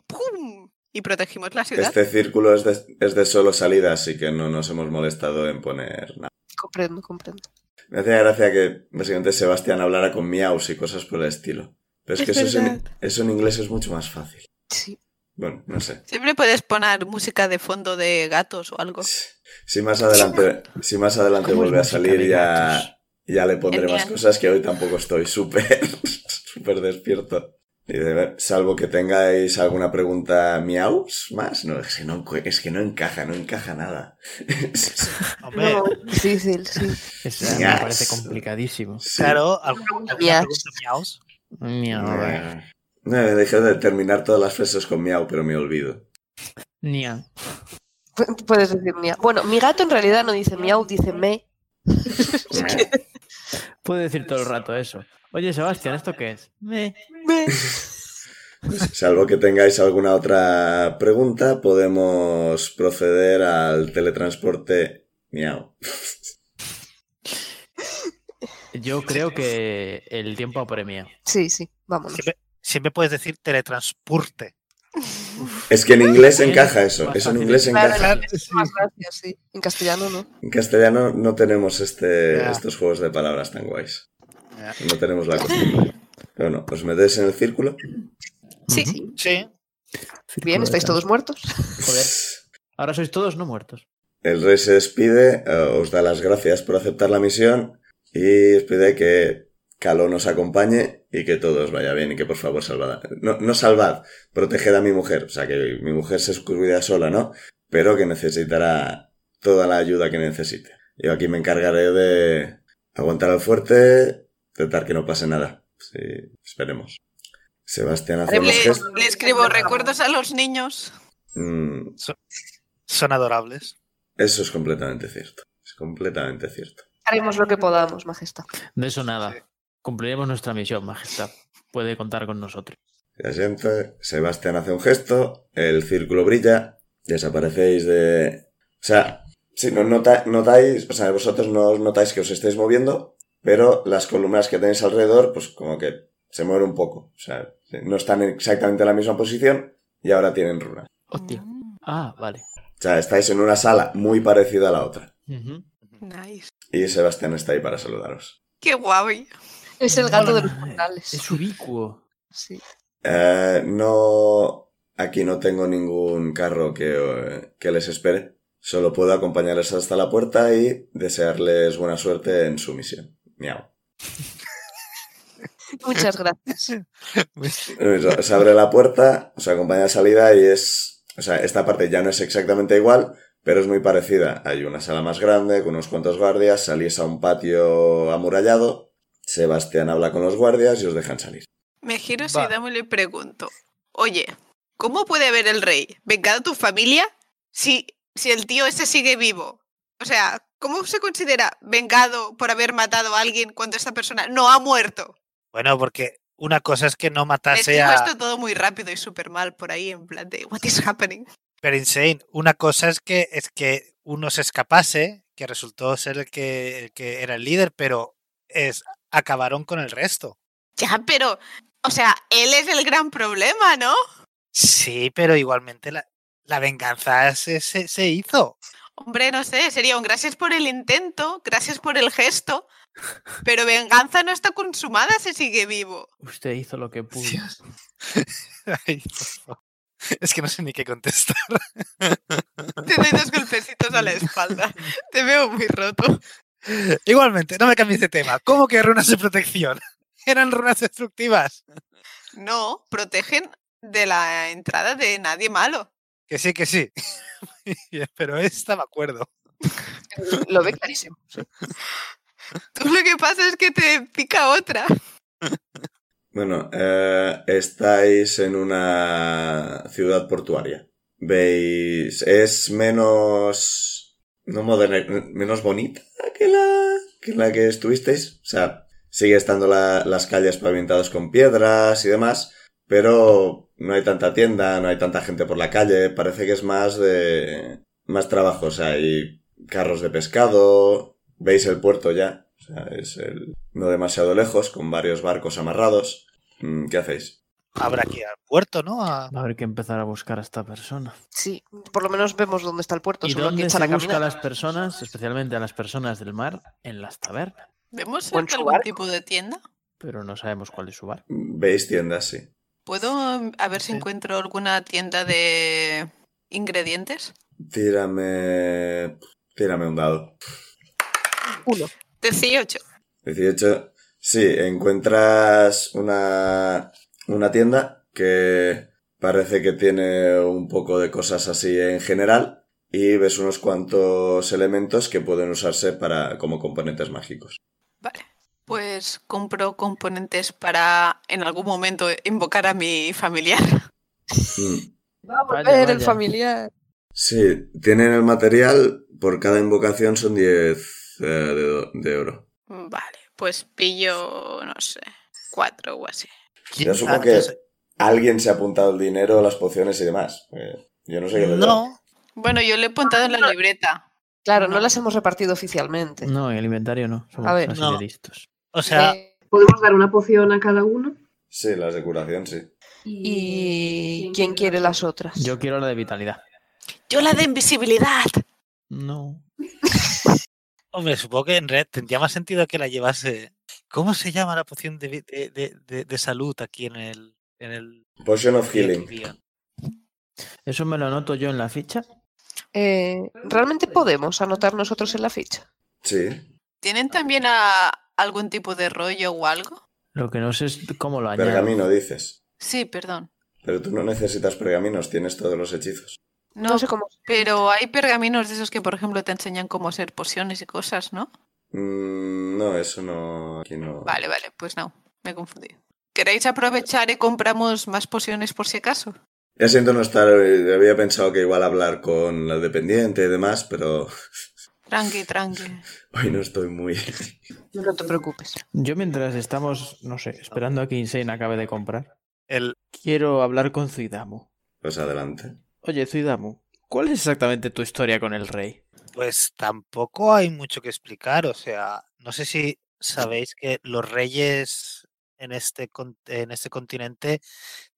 ¡pum! Y protegimos la ciudad. Este círculo es de, es de solo salida, así que no nos hemos molestado en poner nada. Comprendo, comprendo. Me hacía gracia que básicamente Sebastián hablara con miaus y cosas por el estilo. Pero es, Es que eso, en, verdad. eso en inglés es mucho más fácil. Sí. Bueno, no sé. Siempre puedes poner música de fondo de gatos o algo. Si más adelante, si más adelante ¿Cómo es vuelve a música salir de ya, gatos? ya le pondré más Genial. cosas que hoy tampoco estoy súper súper despierto. Y de ver- salvo que tengáis alguna pregunta miaus más, no, es que no, encu- es que no encaja, no encaja nada. Hombre, difícil, sí. Es- Yes. Me parece complicadísimo. Sí. claro, algún- Pregunta alguna miaos. pregunta miaos. Nia. Eh, No, dejé de terminar todas las frases con miau, pero me olvido. Nia. Pu- Puedes decir mía. Bueno, mi gato en realidad no dice miau, dice me. Puedo decir todo el rato eso. Oye, Sebastián, ¿esto qué es? Me. Salvo que tengáis alguna otra pregunta, podemos proceder al teletransporte. Miau. Yo creo que el tiempo apremia. Sí, sí, vámonos. Siempre, siempre puedes decir teletransporte. Es que en inglés encaja eso. Eso en inglés encaja. Claro, Muchas gracias, sí. En castellano no. En castellano no tenemos este, Ya. estos juegos de palabras tan guays. Ya. No tenemos la costumbre. Pero bueno, os metéis en el círculo. Sí, Ujú. sí. Sí. Bien, ¿estáis todos muertos? Joder, ahora sois todos no muertos. El rey se despide, eh, os da las gracias por aceptar la misión y os pide que Calón os acompañe y que todo os vaya bien y que por favor salvad. a- No, no salvad, proteged a mi mujer. O sea, que mi mujer se cuida sola, ¿no? Pero que necesitará toda la ayuda que necesite. Yo aquí me encargaré de aguantar al fuerte, tratar que no pase nada. Sí, esperemos. Sebastián hace unos Le, gestos. le escribo recuerdos a los niños. Mm, Son adorables. eso es completamente cierto. Es completamente cierto. Haremos lo que podamos, majestad. De eso nada. Sí. Cumpliremos nuestra misión, majestad. Puede contar con nosotros. Se asienta, Sebastián hace un gesto, el círculo brilla Desaparecéis de... O sea, si no nota- notáis, o sea, vosotros no os notáis que os estáis moviendo, pero las columnas que tenéis alrededor, pues como que se mueven un poco. O sea, no están en exactamente la misma posición y ahora tienen runas. Hostia. Mm, Ah, vale. O sea, estáis en una sala muy parecida a la otra. Ujú. Nice. Y Sebastián está ahí para saludaros. Qué guay. Es el gato de los Mola. portales. Es ubicuo. Sí. Eh, no... Aquí no tengo ningún carro que, eh, que les espere. Solo puedo acompañarles hasta la puerta y desearles buena suerte en su misión. Miau. Muchas gracias. Eso, Se abre la puerta, os acompaña a la salida y es... O sea, esta parte ya no es exactamente igual, pero es muy parecida. Hay una sala más grande, con unos cuantos guardias, salís a un patio amurallado, Sebastián habla con los guardias y os dejan salir. Me giro Va. a Sidamo y le pregunto, oye, ¿cómo puede haber el rey vengado a tu familia si, si el tío ese sigue vivo? O sea, ¿cómo se considera vengado por haber matado a alguien cuando esta persona no ha muerto? Bueno, porque una cosa es que no Les matase digo a esto todo muy rápido y súper mal por ahí, en plan de, what is happening? Pero insane. Una cosa es que es que uno se escapase, que resultó ser el que, el que era el líder, pero es acabaron con el resto. Ya, pero, o sea, él es el gran problema, ¿no? Sí, pero igualmente la, la venganza se, se, se hizo. Hombre, no sé, sería un gracias por el intento, gracias por el gesto, pero venganza no está consumada si sigue vivo. Usted hizo lo que pudo. Dios. Ay, por favor. es que no sé ni qué contestar. Te doy dos golpecitos a la espalda. Te veo muy roto. Igualmente, no me cambies de tema. ¿Cómo que runas de protección? Eran runas destructivas. No, protegen de la entrada de nadie malo. Que sí, que sí. Muy bien, Pero esta me acuerdo. Lo ve clarísimo. Tú lo que pasa es que te pica otra. Bueno, eh, estáis en una ciudad portuaria. Veis, es menos... No moderna, menos bonita que la que, la que estuvisteis. O sea, sigue estando la- las calles pavimentadas con piedras y demás, pero no hay tanta tienda, no hay tanta gente por la calle. Parece que es más de... más trabajo. O sea, hay carros de pescado, veis el puerto ya. O sea, es el no demasiado lejos, con varios barcos amarrados. Mm, ¿Qué hacéis? Habrá que ir al puerto, ¿no? A- Va a haber que empezar a buscar a esta persona. Sí, por lo menos vemos dónde está el puerto. ¿Y solo hay que dónde echar se a busca a caminar. las personas, especialmente a las personas del mar? En las tabernas. ¿Vemos Buen cerca lugar. algún tipo de tienda? Pero no sabemos cuál es su bar. Veis tiendas, sí. ¿Puedo mm, a ver si Sí. encuentro alguna tienda de ingredientes? Tírame. Tírame un dado. Uno. 18. 18. Sí, encuentras una. una tienda que parece que tiene un poco de cosas así en general. Y ves unos cuantos elementos que pueden usarse para. como componentes mágicos. Vale. Pues compro componentes para en algún momento invocar a mi familiar. Mm. Va a Vaya, volver el vaya. familiar. Sí, tienen el material. Por cada invocación son 10 eh, de- de oro. Vale, pues pillo, no sé, cuatro o así. Yo supongo que antes- alguien se ha apuntado el dinero, las pociones y demás. Eh, Yo no sé qué le No, Bueno, yo le he apuntado en la libreta. Claro, no las hemos repartido oficialmente. No, en el inventario no. Somos A ver. así No. de listos. o sea, Eh, Podemos dar una poción a cada uno. Sí, las de curación, sí. ¿Y quién quiere las otras? Yo quiero la de vitalidad. Yo la de invisibilidad. No. hombre, supongo que en red tendría más sentido que la llevase. ¿Cómo se llama la poción de, vi- de- de- de- de salud aquí en el, en el Potion of Healing. guión? Eso me lo anoto yo en la ficha. Eh, ¿Realmente podemos anotar nosotros en la ficha? Sí. ¿Tienen también a- algún tipo de rollo o algo? Lo que no sé es cómo lo añado. Pergamino, dices. Sí, perdón. Pero tú no necesitas pergaminos, tienes todos los hechizos. No, No, sé cómo. pero hay pergaminos de esos que, por ejemplo, te enseñan cómo hacer pociones y cosas, ¿no? Mm, no, eso no. Aquí no. Vale, vale, pues no, me he confundido. ¿Queréis aprovechar y compramos más pociones por si acaso? Ya siento no estar. eh, Había pensado que igual hablar con la dependiente y demás, pero Tranqui, tranqui. hoy no estoy muy. No te preocupes. Yo mientras estamos, no sé, esperando a que Insane acabe de comprar, El- quiero hablar con Zuidamu. Pues adelante. Oye, Zuidamu, ¿Cuál es exactamente tu historia con el rey? Pues tampoco hay mucho que explicar, o sea, no sé si sabéis que los reyes en este, con- en este continente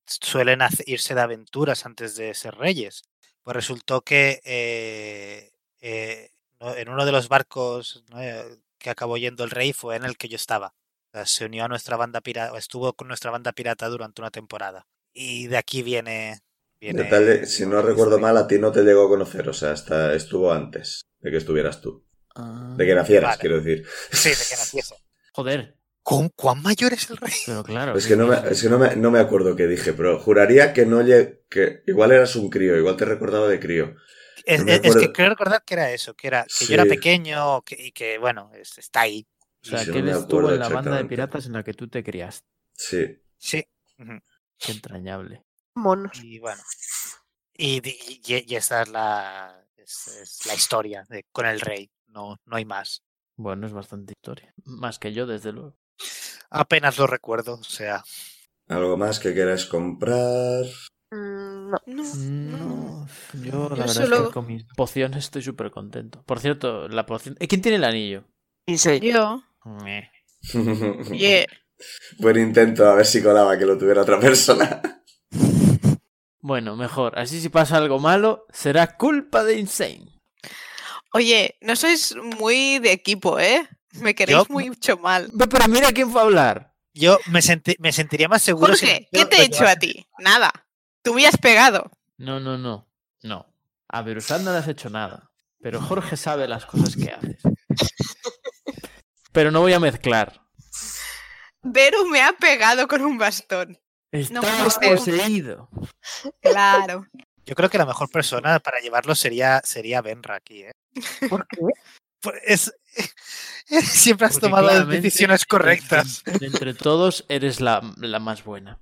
suelen hace- irse de aventuras antes de ser reyes. Pues resultó que eh, eh, no- en uno de los barcos ¿no? eh, que acabó yendo el rey fue en el que yo estaba. O sea, se unió a nuestra banda pirata, estuvo con nuestra banda pirata durante una temporada. Y de aquí viene... viene este Detalle, si no la recuerdo historia. mal, a ti no te llegó a conocer, o sea, hasta estuvo antes de que estuvieras tú. Ah, De que nacieras, Vale. quiero decir. Sí, de que naciese. Joder, ¿Con cuán mayor es el rey? pero claro. Es que, no me, es que no, me, no me acuerdo qué dije, pero juraría que no lle- que igual eras un crío, igual te recordaba de crío. Es, No me es- es acuerdo. que creo recordar que era eso, que era que yo era Sí. pequeño que- y que bueno, es- está ahí. O sea, Sí, no que él me estuvo acuerdo en la banda de exactamente. piratas en la que tú te criaste. Sí. Sí. ujú, Qué entrañable. Monos. Y bueno. Y, y- y- y esa es la, es- es la historia de- con el rey. No, no hay más. Bueno, es bastante historia. Más que yo, desde luego. Apenas lo recuerdo. O sea, ¿Algo más que quieras comprar? Mm, no. No, No, yo la Yo verdad es solo- que con mis pociones estoy súper contento. Por cierto, la poción... ¿Eh, ¿Quién tiene el anillo? Yo. Meh. Yeah. Buen intento, a ver si colaba que lo tuviera otra persona. Bueno, mejor. Así si pasa algo malo, será culpa de Insane. Oye, no sois muy de equipo, ¿eh? Me queréis Yo- mucho mal. Ve, Pero mira quién fue a hablar. yo me, senti- me sentiría más seguro. si Jorge, lo- ¿qué lo te he hecho llevas- a ti? Nada. Tú me has pegado. No, no, no. No. A Berusat no le has hecho nada. Pero Jorge sabe las cosas que haces. Pero no voy a mezclar. Beru me ha pegado con un bastón. Está puede ser. poseído. Claro. Yo creo que la mejor persona para llevarlo sería, sería Benra aquí, ¿eh? ¿Por qué? Pues es- siempre has Porque tomado las claramente decisiones correctas. De entre todos, eres la, la más buena.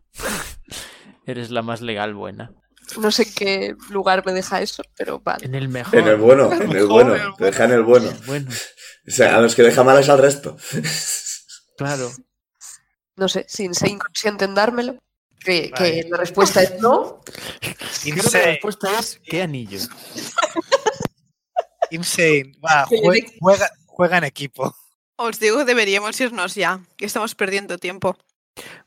Eres la más legal buena. No sé en qué lugar me deja eso, pero vale. En el mejor. En el bueno, en el bueno. Te deja en el bueno. Bueno, O sea, a los que deja mal es al resto. claro. No sé, sin ser inconsciente en dármelo. Que, que Vale. la respuesta es no. Creo que la Insane. respuesta es ¿qué anillo? Insane. Va, Que le jue- dé- juega, juega en equipo. Os digo, deberíamos irnos ya, que estamos perdiendo tiempo.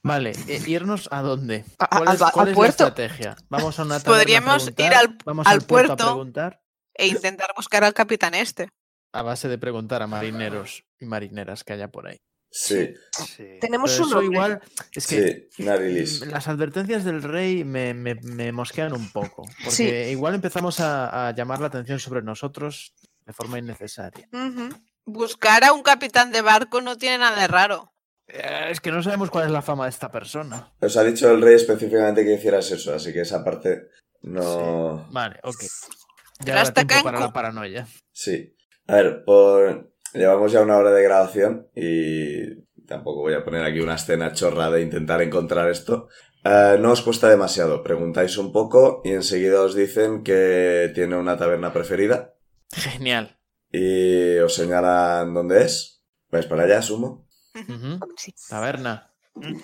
Vale, eh, ¿irnos a dónde? A- ¿Cuál al es, ba- al cuál es la puerto. estrategia? Vamos a una taberna a Podríamos ir preguntar, al- vamos al a puerto. preguntar E intentar buscar al capitán este. a base de preguntar a marineros y marineras que haya por ahí. Sí, Sí. Tenemos Pero un eso nombre. igual es que sí, Narilis. mm, las advertencias del rey me, me- me mosquean un poco, porque Sí. igual empezamos a, a llamar la atención sobre nosotros de forma innecesaria. Ujú. Buscar a un capitán de barco no tiene nada de raro. Eh, Es que no sabemos cuál es la fama de esta persona. Os ha dicho el rey específicamente que hicieras eso, así que esa parte no. Vale, ok. Pero Ya habrá hasta tiempo para Cancún. la paranoia. Sí. A ver, por... llevamos ya una hora de grabación y tampoco voy a poner aquí una escena chorra de intentar encontrar esto. Eh, no os cuesta demasiado, preguntáis un poco y enseguida os dicen que tiene una taberna preferida Genial. y os señalan dónde es. Vais para allá, asumo. Ujú. Sí. Taberna. Mm.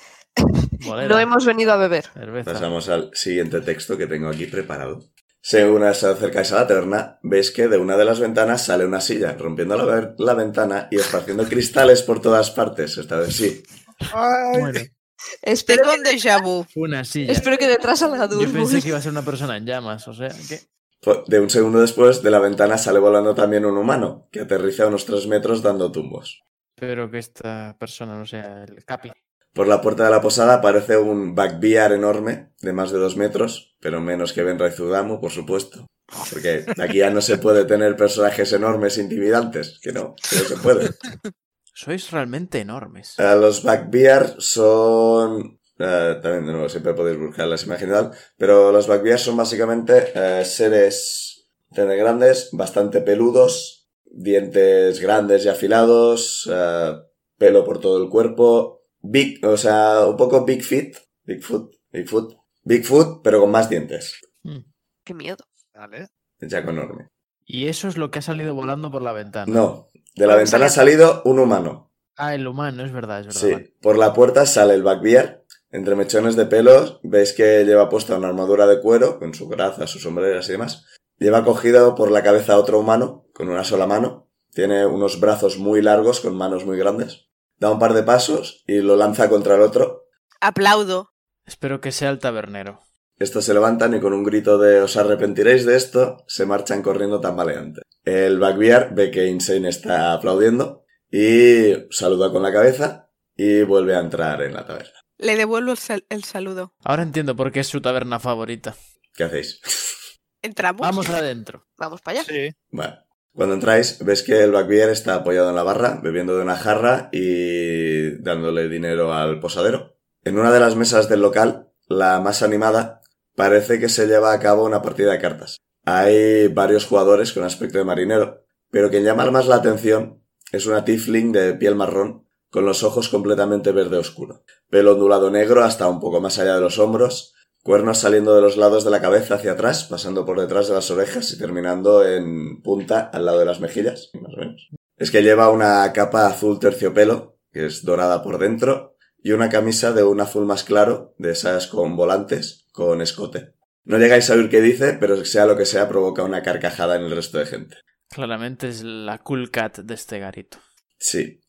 Bodega. No hemos venido a beber. Cerveza. Pasamos al siguiente texto que tengo aquí preparado. Según os acercáis a la taberna, veis que de una de las ventanas sale una silla, rompiendo la, ver- la ventana y esparciendo cristales por todas partes. Esta vez sí. Ay, Bueno, Te Espero, con déjà vu. una silla. espero que detrás salga Yo pensé que Dursbull. iba a ser una persona en llamas, o sea que. Po- Pues, De un segundo después, de la ventana sale volando también un humano, que aterriza a unos 3 metros dando tumbos. Espero que esta persona no sea el Capi. Por la puerta de la posada aparece un backbear enorme, de más de 2 metros, pero menos que Benra y Zudamu, por supuesto. Porque aquí ya no se puede tener personajes enormes intimidantes, que no, que no se puede. Sois realmente enormes. Eh, los backbear son... eh, también, de nuevo, siempre podéis buscarlas, imaginad. Pero los backbear son básicamente eh, seres tener grandes, bastante peludos, dientes grandes y afilados, eh, pelo por todo el cuerpo, big, o sea, un poco Bigfoot, Bigfoot, Bigfoot, Bigfoot, pero con más dientes. Mm. Qué miedo. vale. Jack enorme. Y eso es lo que ha salido volando por la ventana. No, de la ventana ha salido un humano. Ah, el humano, es verdad, es verdad. Sí, vale. por la puerta sale el backbeard. Entre mechones de pelos veis que lleva puesta una armadura de cuero con su coraza, sus sombreras y demás. Lleva cogido por la cabeza a otro humano con una sola mano. Tiene unos brazos muy largos con manos muy grandes. Da un par de pasos y lo lanza contra el otro. Aplaudo. Espero que sea el tabernero. Estos se levantan y con un grito de os arrepentiréis de esto, se marchan corriendo tambaleante. El Bagbear ve que Insane está aplaudiendo y saluda con la cabeza y vuelve a entrar en la taberna. Le devuelvo el, sal- el saludo. Ahora entiendo por qué es su taberna favorita. ¿Qué hacéis? Entramos. Vamos adentro. Vamos para allá. Sí. Bueno, cuando entráis, ves que el Blackbeard está apoyado en la barra, bebiendo de una jarra y dándole dinero al posadero. En una de las mesas del local, la más animada, parece que se lleva a cabo una partida de cartas. Hay varios jugadores con aspecto de marinero, pero quien llama más la atención es una tiefling de piel marrón, con los ojos completamente verde oscuro, pelo ondulado negro hasta un poco más allá de los hombros, cuernos saliendo de los lados de la cabeza hacia atrás, pasando por detrás de las orejas y terminando en punta al lado de las mejillas, más o menos. Es que lleva una capa azul terciopelo, que es dorada por dentro, y una camisa de un azul más claro, de esas con volantes, con escote. No llegáis a oír qué dice, pero sea lo que sea, provoca una carcajada en el resto de gente. Claramente es la cool cat de este garito. Sí.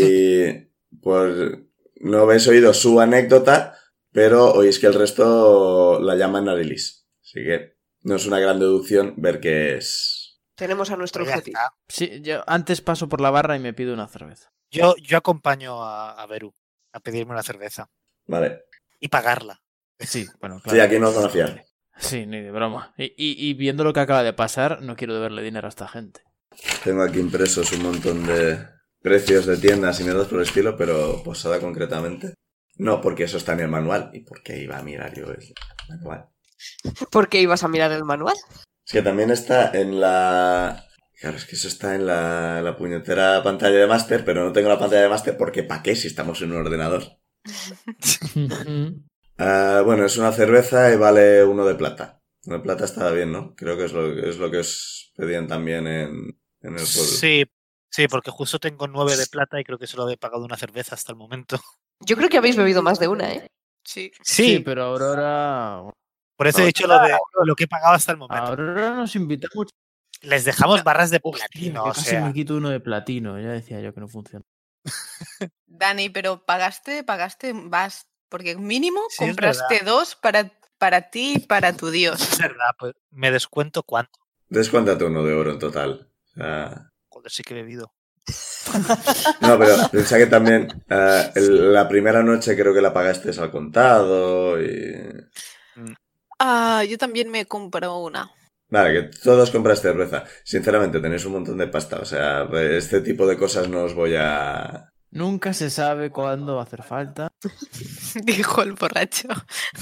Y por no habéis oído su anécdota, pero oís que el resto la llaman Narilis. Así que no es una gran deducción ver qué es. Tenemos a nuestro Pues ya objetivo. está. Sí, yo antes paso por la barra y me pido una cerveza. Yo, yo acompaño a, a Beru a pedirme una cerveza Vale. y pagarla. Sí, bueno, claro. Sí, aquí no os van a fiar. Sí, ni de broma. Y, y- y viendo lo que acaba de pasar, no quiero deberle dinero a esta gente. Tengo aquí impresos un montón de precios de tiendas y mierdas por el estilo, pero posada concretamente. No, porque eso está en el manual. ¿Y por qué iba a mirar yo el manual? ¿Por qué ibas a mirar el manual? Es que también está en la. Claro, es que eso está en la, la puñetera pantalla de máster, pero no tengo la pantalla de máster porque ¿para qué si estamos en un ordenador? Ah, bueno, es una cerveza y vale uno de plata. Uno de plata estaba bien, ¿no? Creo que es lo, es lo que os pedían también en, en el pueblo. Sí, sí, porque justo tengo nueve de plata y creo que solo había pagado una cerveza hasta el momento. Yo creo que habéis bebido más de una, ¿eh? Sí. Sí, pero Aurora. por eso he dicho lo de lo que he pagado hasta el momento. Aurora nos invita mucho. Les dejamos barras de Hostia, platino, que o casi sea. me quito uno de platino. Ya decía yo que no funciona. Dani, pero pagaste, pagaste más. Porque mínimo Sí, es compraste dos para, para ti y para tu Dios. Es verdad, pues me descuento cuánto. Descuéntate uno de oro en total. Ah, Joder, sí que he bebido. no, pero pensé que también ah, el- la primera noche creo que la pagaste al contado y... Ah, yo también me compro una. Vale, que todos compras cerveza. Sinceramente, tenéis un montón de pasta. O sea, este tipo de cosas no os voy a... Nunca se sabe cuándo va a hacer falta. Dijo el borracho.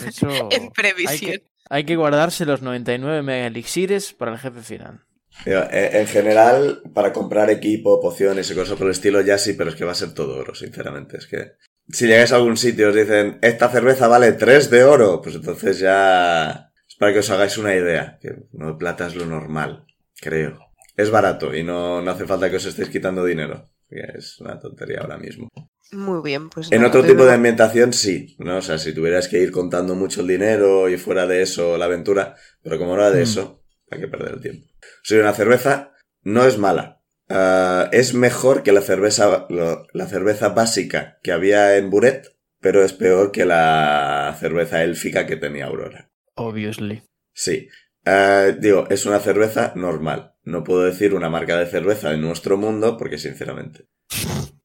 Eso. Oh, En hay, previsión. que, hay que guardarse los 99 mega elixires para el jefe final. Digo, En en general, para comprar equipo, pociones y cosas por el estilo, ya sí, pero es que va a ser todo oro, sinceramente. Es que... Si llegáis a algún sitio y os dicen, esta cerveza vale 3 de oro, pues entonces ya... Es para que os hagáis una idea. Que uno de plata es lo normal, creo. Es barato y no, no hace falta que os estéis quitando dinero. que Es una tontería ahora mismo. Muy bien, pues. En nada, otro tipo de bebemos. ambientación sí, ¿no? O sea, si tuvieras que ir contando mucho el dinero y fuera de eso la aventura, pero como no era de Mm. eso, hay que perder el tiempo. Soy una cerveza, no es mala. Ah, es mejor que la cerveza, lo- la cerveza básica que había en Buret, pero es peor que la cerveza élfica que tenía Aurora. Obviously. Sí. Eh, digo, es una cerveza normal. No puedo decir una marca de cerveza de nuestro mundo porque, sinceramente.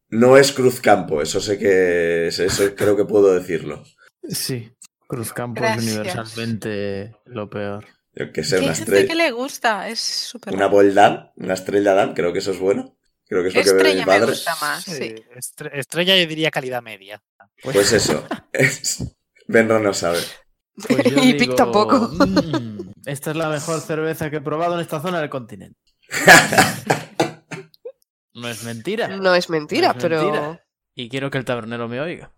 No es Cruzcampo, eso sé que. Eso creo que puedo decirlo. Sí. Cruzcampo es Gracias. universalmente lo peor. Yo que sé, Hay una gente que estrella. le gusta, es súper. Una Boldam, una estrella Dan, creo que eso es bueno. Creo que es lo que bebe mi Estrella me padre. gusta más, sí. Eh, estre- Estrella yo diría calidad media. Pues eso. Benro no sabe. Pues yo y digo, Pic tampoco. "Mm, esta es la mejor cerveza que he probado en esta zona del continente. No es mentira. No es mentira, No es pero. mentira. Y quiero que el tabernero me oiga.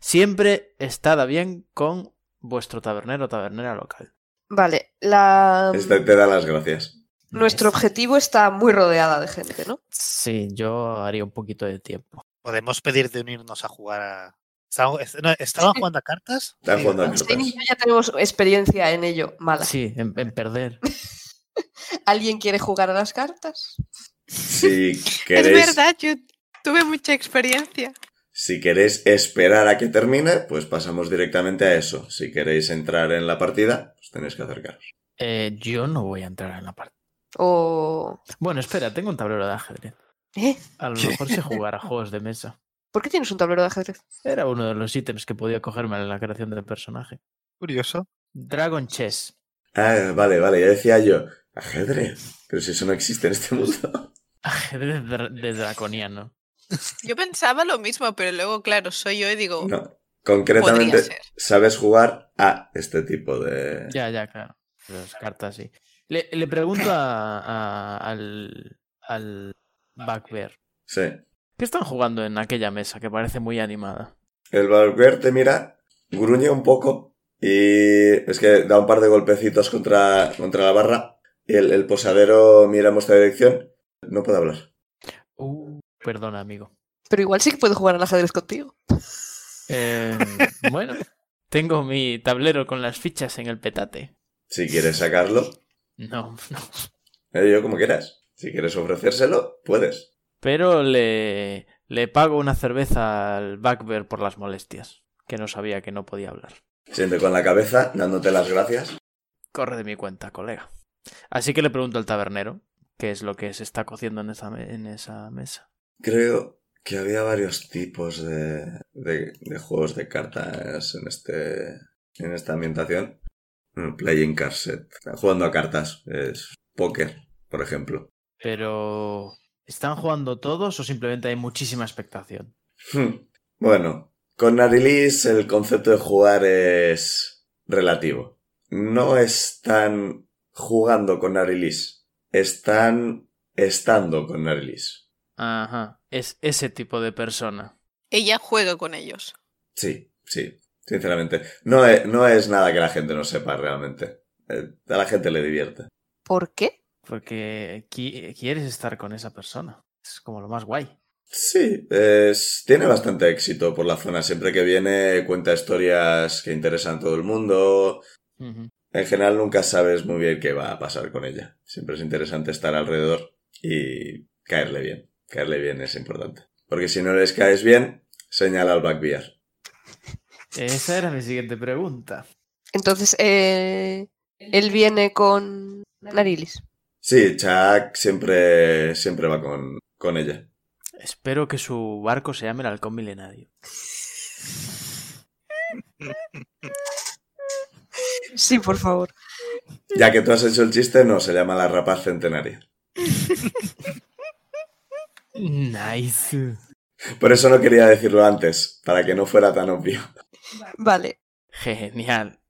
Siempre estad a bien con vuestro tabernero o tabernera local. Vale, la... mm, Este te da las gracias. nuestro objetivo está muy rodeada de gente, ¿no? Sí, yo haría un poquito de tiempo. Podemos pedir de unirnos a jugar a. ¿Estaban, est- no, ¿estaban jugando a cartas? Están Sí, jugando a ¿verdad? cartas. Shane y yo ya tenemos experiencia en ello, mala. Sí, en, en perder. ¿Alguien quiere jugar a las cartas? Si Es queréis, verdad, yo tuve mucha experiencia. si queréis esperar a que termine, pues pasamos directamente a eso. Si queréis entrar en la partida, pues tenéis que acercaros. Eh, yo no voy a entrar en la parte. ¿O Bueno, espera, tengo un tablero de ajedrez. ¿Eh? A lo mejor se jugará juegos de mesa. por qué tienes un tablero de ajedrez? Era uno de los ítems que podía cogerme en la creación del personaje. Curioso. Dragon Chess. Ah, vale, vale, ya decía yo. Ajedrez. Pero si eso no existe en este mundo. Ajedrez dra- de draconiano. Yo pensaba lo mismo, pero luego, claro, soy yo y digo, No. podría Concretamente, ser. sabes jugar a este tipo de. Ya, ya, claro. Las cartas, sí. Le, le pregunto a- a- al, al Backbear. Sí. ¿Qué están jugando en aquella mesa que parece muy animada? El Valkyrie te mira, gruñe un poco y es que da un par de golpecitos contra, contra la barra. Y el, el posadero mira en vuestra dirección. No puede hablar. Uh, perdona, amigo. Pero igual sí que puedo jugar al ajedrez contigo. Eh, bueno, tengo mi tablero con las fichas en el petate. Si quieres sacarlo, No, no. eh, yo como quieras. Si quieres ofrecérselo, puedes. Pero le, le pago una cerveza al Backbear por las molestias, que no sabía que no podía hablar. Siente con la cabeza, dándote las gracias. Corre de mi cuenta, colega. Así que le pregunto al tabernero qué es lo que se está cociendo en esa, me- en esa mesa. Creo que había varios tipos de, de- de juegos de cartas en este en esta ambientación. Mm, Playing card set. Jugando a cartas. Es póker, por ejemplo. Pero... ¿Están jugando todos o simplemente hay muchísima expectación? Hmm. Bueno, con Narilis el concepto de jugar es relativo. No están jugando con Narilis, están estando con Narilis. Ajá, es ese tipo de persona. ella juega con ellos. Sí, sí, sinceramente. No es, no es nada que la gente no sepa realmente. Eh, a la gente le divierte. ¿Por qué? Porque qui- quieres estar con esa persona. Es como lo más guay. Sí, es- tiene bastante éxito por la zona. Siempre que viene cuenta historias que interesan a todo el mundo, Ujú. En general nunca sabes muy bien qué va a pasar con ella. Siempre es interesante estar alrededor y caerle bien. Caerle bien es importante. Porque si no les caes bien, señala al backbear. Esa era mi siguiente pregunta. Entonces, eh, él viene con Narilis. Sí, Chuck siempre, siempre va con, con ella. Espero que su barco se llame el Halcón Milenario. Sí, por favor. Ya que tú has hecho el chiste, no, se llama la rapaz centenaria. Nice. Por eso no quería decirlo antes, para que no fuera tan obvio. Vale. Genial.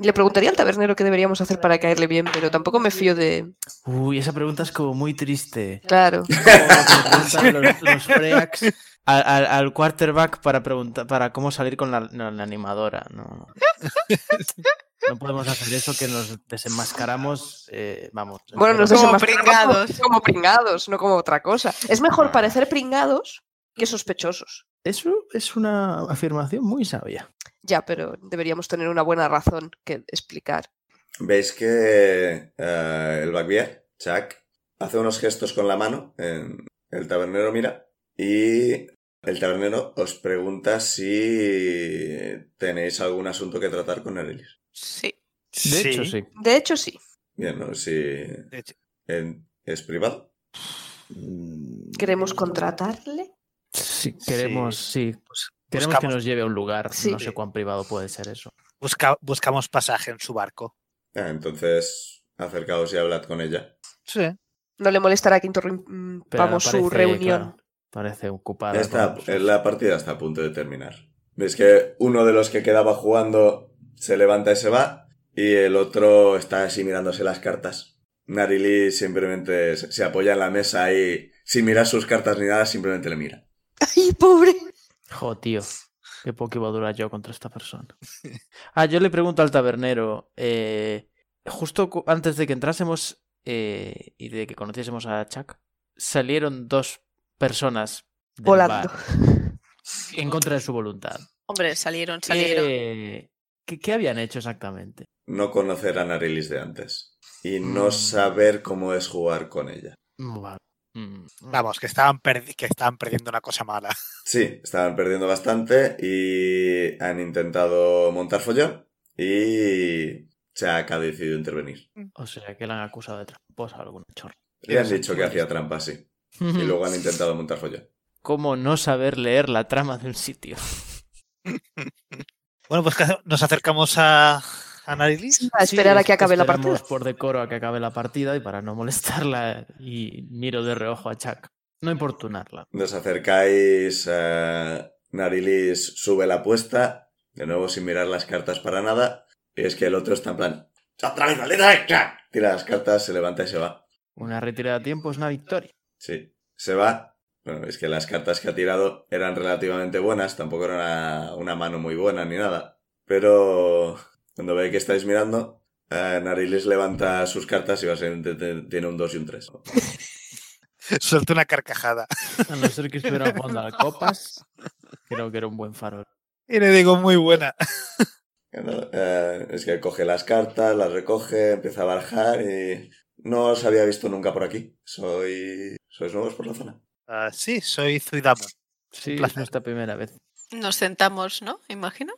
Le preguntaría al tabernero qué deberíamos hacer para caerle bien, pero tampoco me fío de. Uy, esa pregunta es como muy triste. Claro. Como lo que le preguntan los, los freaks al, al- al quarterback para preguntar para cómo salir con la, no, la animadora. No. No podemos hacer eso que nos desenmascaramos. eh, vamos. Bueno, nos entero. Como desenmascaramos pringados. Como pringados, no como otra cosa. Es mejor parecer pringados que sospechosos. Eso es una afirmación muy sabia. Ya, pero deberíamos tener una buena razón que explicar. ¿Veis que eh, el backbear, Chuck, hace unos gestos con la mano? en- el tabernero mira y el tabernero os pregunta si tenéis algún asunto que tratar con Arelis. Sí. De hecho, sí. De hecho, sí. Bien, ¿no? Si De hecho. en- es privado. ¿Queremos contratarle? Sí, queremos, sí. Pues Queremos que buscamos- nos lleve a un lugar. Sí. No sé cuán privado puede ser eso. busca- buscamos pasaje en su barco. Ah, entonces acercaos y hablad con ella. Sí. No le molestará que interrumpamos su parece, reunión. claro, parece ocupada. Ya está, eh, con sus- la partida está a punto de terminar. Veis que uno de los que quedaba jugando se levanta y se va, y el otro está así mirándose las cartas. Narili simplemente se se apoya en la mesa y sin mirar sus cartas ni nada, simplemente le mira. ¡Ay, pobre! Jo, tío. Qué poco iba a durar yo contra esta persona. Ah, yo le pregunto al tabernero. eh, justo cu- antes de que entrásemos eh, y de que conociésemos a Chuck, salieron dos personas del Volando. bar en contra de su voluntad. Hombre, salieron, salieron. Eh, ¿qué, qué habían hecho exactamente? No conocer a Narilis de antes. y no saber cómo es jugar con ella. Vale. Mm. Vamos, que estaban, perdi- que estaban perdiendo una cosa mala. Sí, estaban perdiendo bastante y han intentado montar follón y Chuck ha decidido intervenir. O sea, que la han acusado de tramposa o algún chorro. Le han dicho que hacía trampa, sí. Y luego han intentado montar follón. ¿Cómo no saber leer la trama de un sitio? Bueno, pues ¿qué hace- nos acercamos a, a Narilis. A Ah, esperar Sí, a que acabe la esperamos partida. por decoro a que acabe la partida y para no molestarla y miro de reojo a Chuck. No importunarla. Nos acercáis, eh, Narilis sube la apuesta, de nuevo sin mirar las cartas para nada, y es que el otro está en plan... ¡Otra vez la letra extra! Tira las cartas, se levanta y se va. Una retirada a tiempo es una victoria. Sí, se va. Bueno, es que las cartas que ha tirado eran relativamente buenas, tampoco era una, una mano muy buena ni nada. Pero cuando ve que estáis mirando, eh, Narilis levanta sus cartas y básicamente te- tiene un 2 y un 3. Suelta una carcajada. A no ser que estuviera jugando a copas, creo que era un buen farol. Y le digo, muy buena. eh, es que coge las cartas, las recoge, empieza a barajar y... No os había visto nunca por aquí. Soy... ¿Sois nuevos por la zona? Ah, sí, soy Zuidamu. Sí, es placer. nuestra primera vez. Nos sentamos, ¿no? Imagino.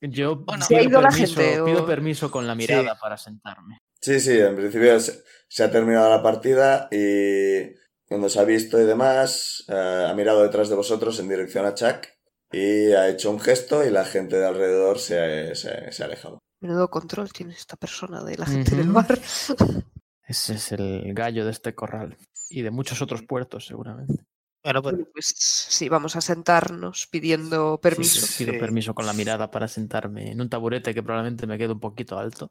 Yo ¿O no? ¿Se ha pido, ido la permiso, gente o- pido permiso con la mirada para sentarme. Sí, sí, en principio se, se ha terminado la partida y cuando se ha visto y demás, eh, ha mirado detrás de vosotros en dirección a Chuck y ha hecho un gesto y la gente de alrededor se ha, se ha- se ha alejado. Menudo control tiene esta persona de la gente del Ujú. bar. Ese es el gallo de este corral. Y de muchos otros puertos, seguramente. Bueno, pues, Bueno, pues sí, vamos a sentarnos pidiendo Sí, permiso. sí, pido Sí. permiso con la mirada para sentarme en un taburete que probablemente me quede un poquito alto.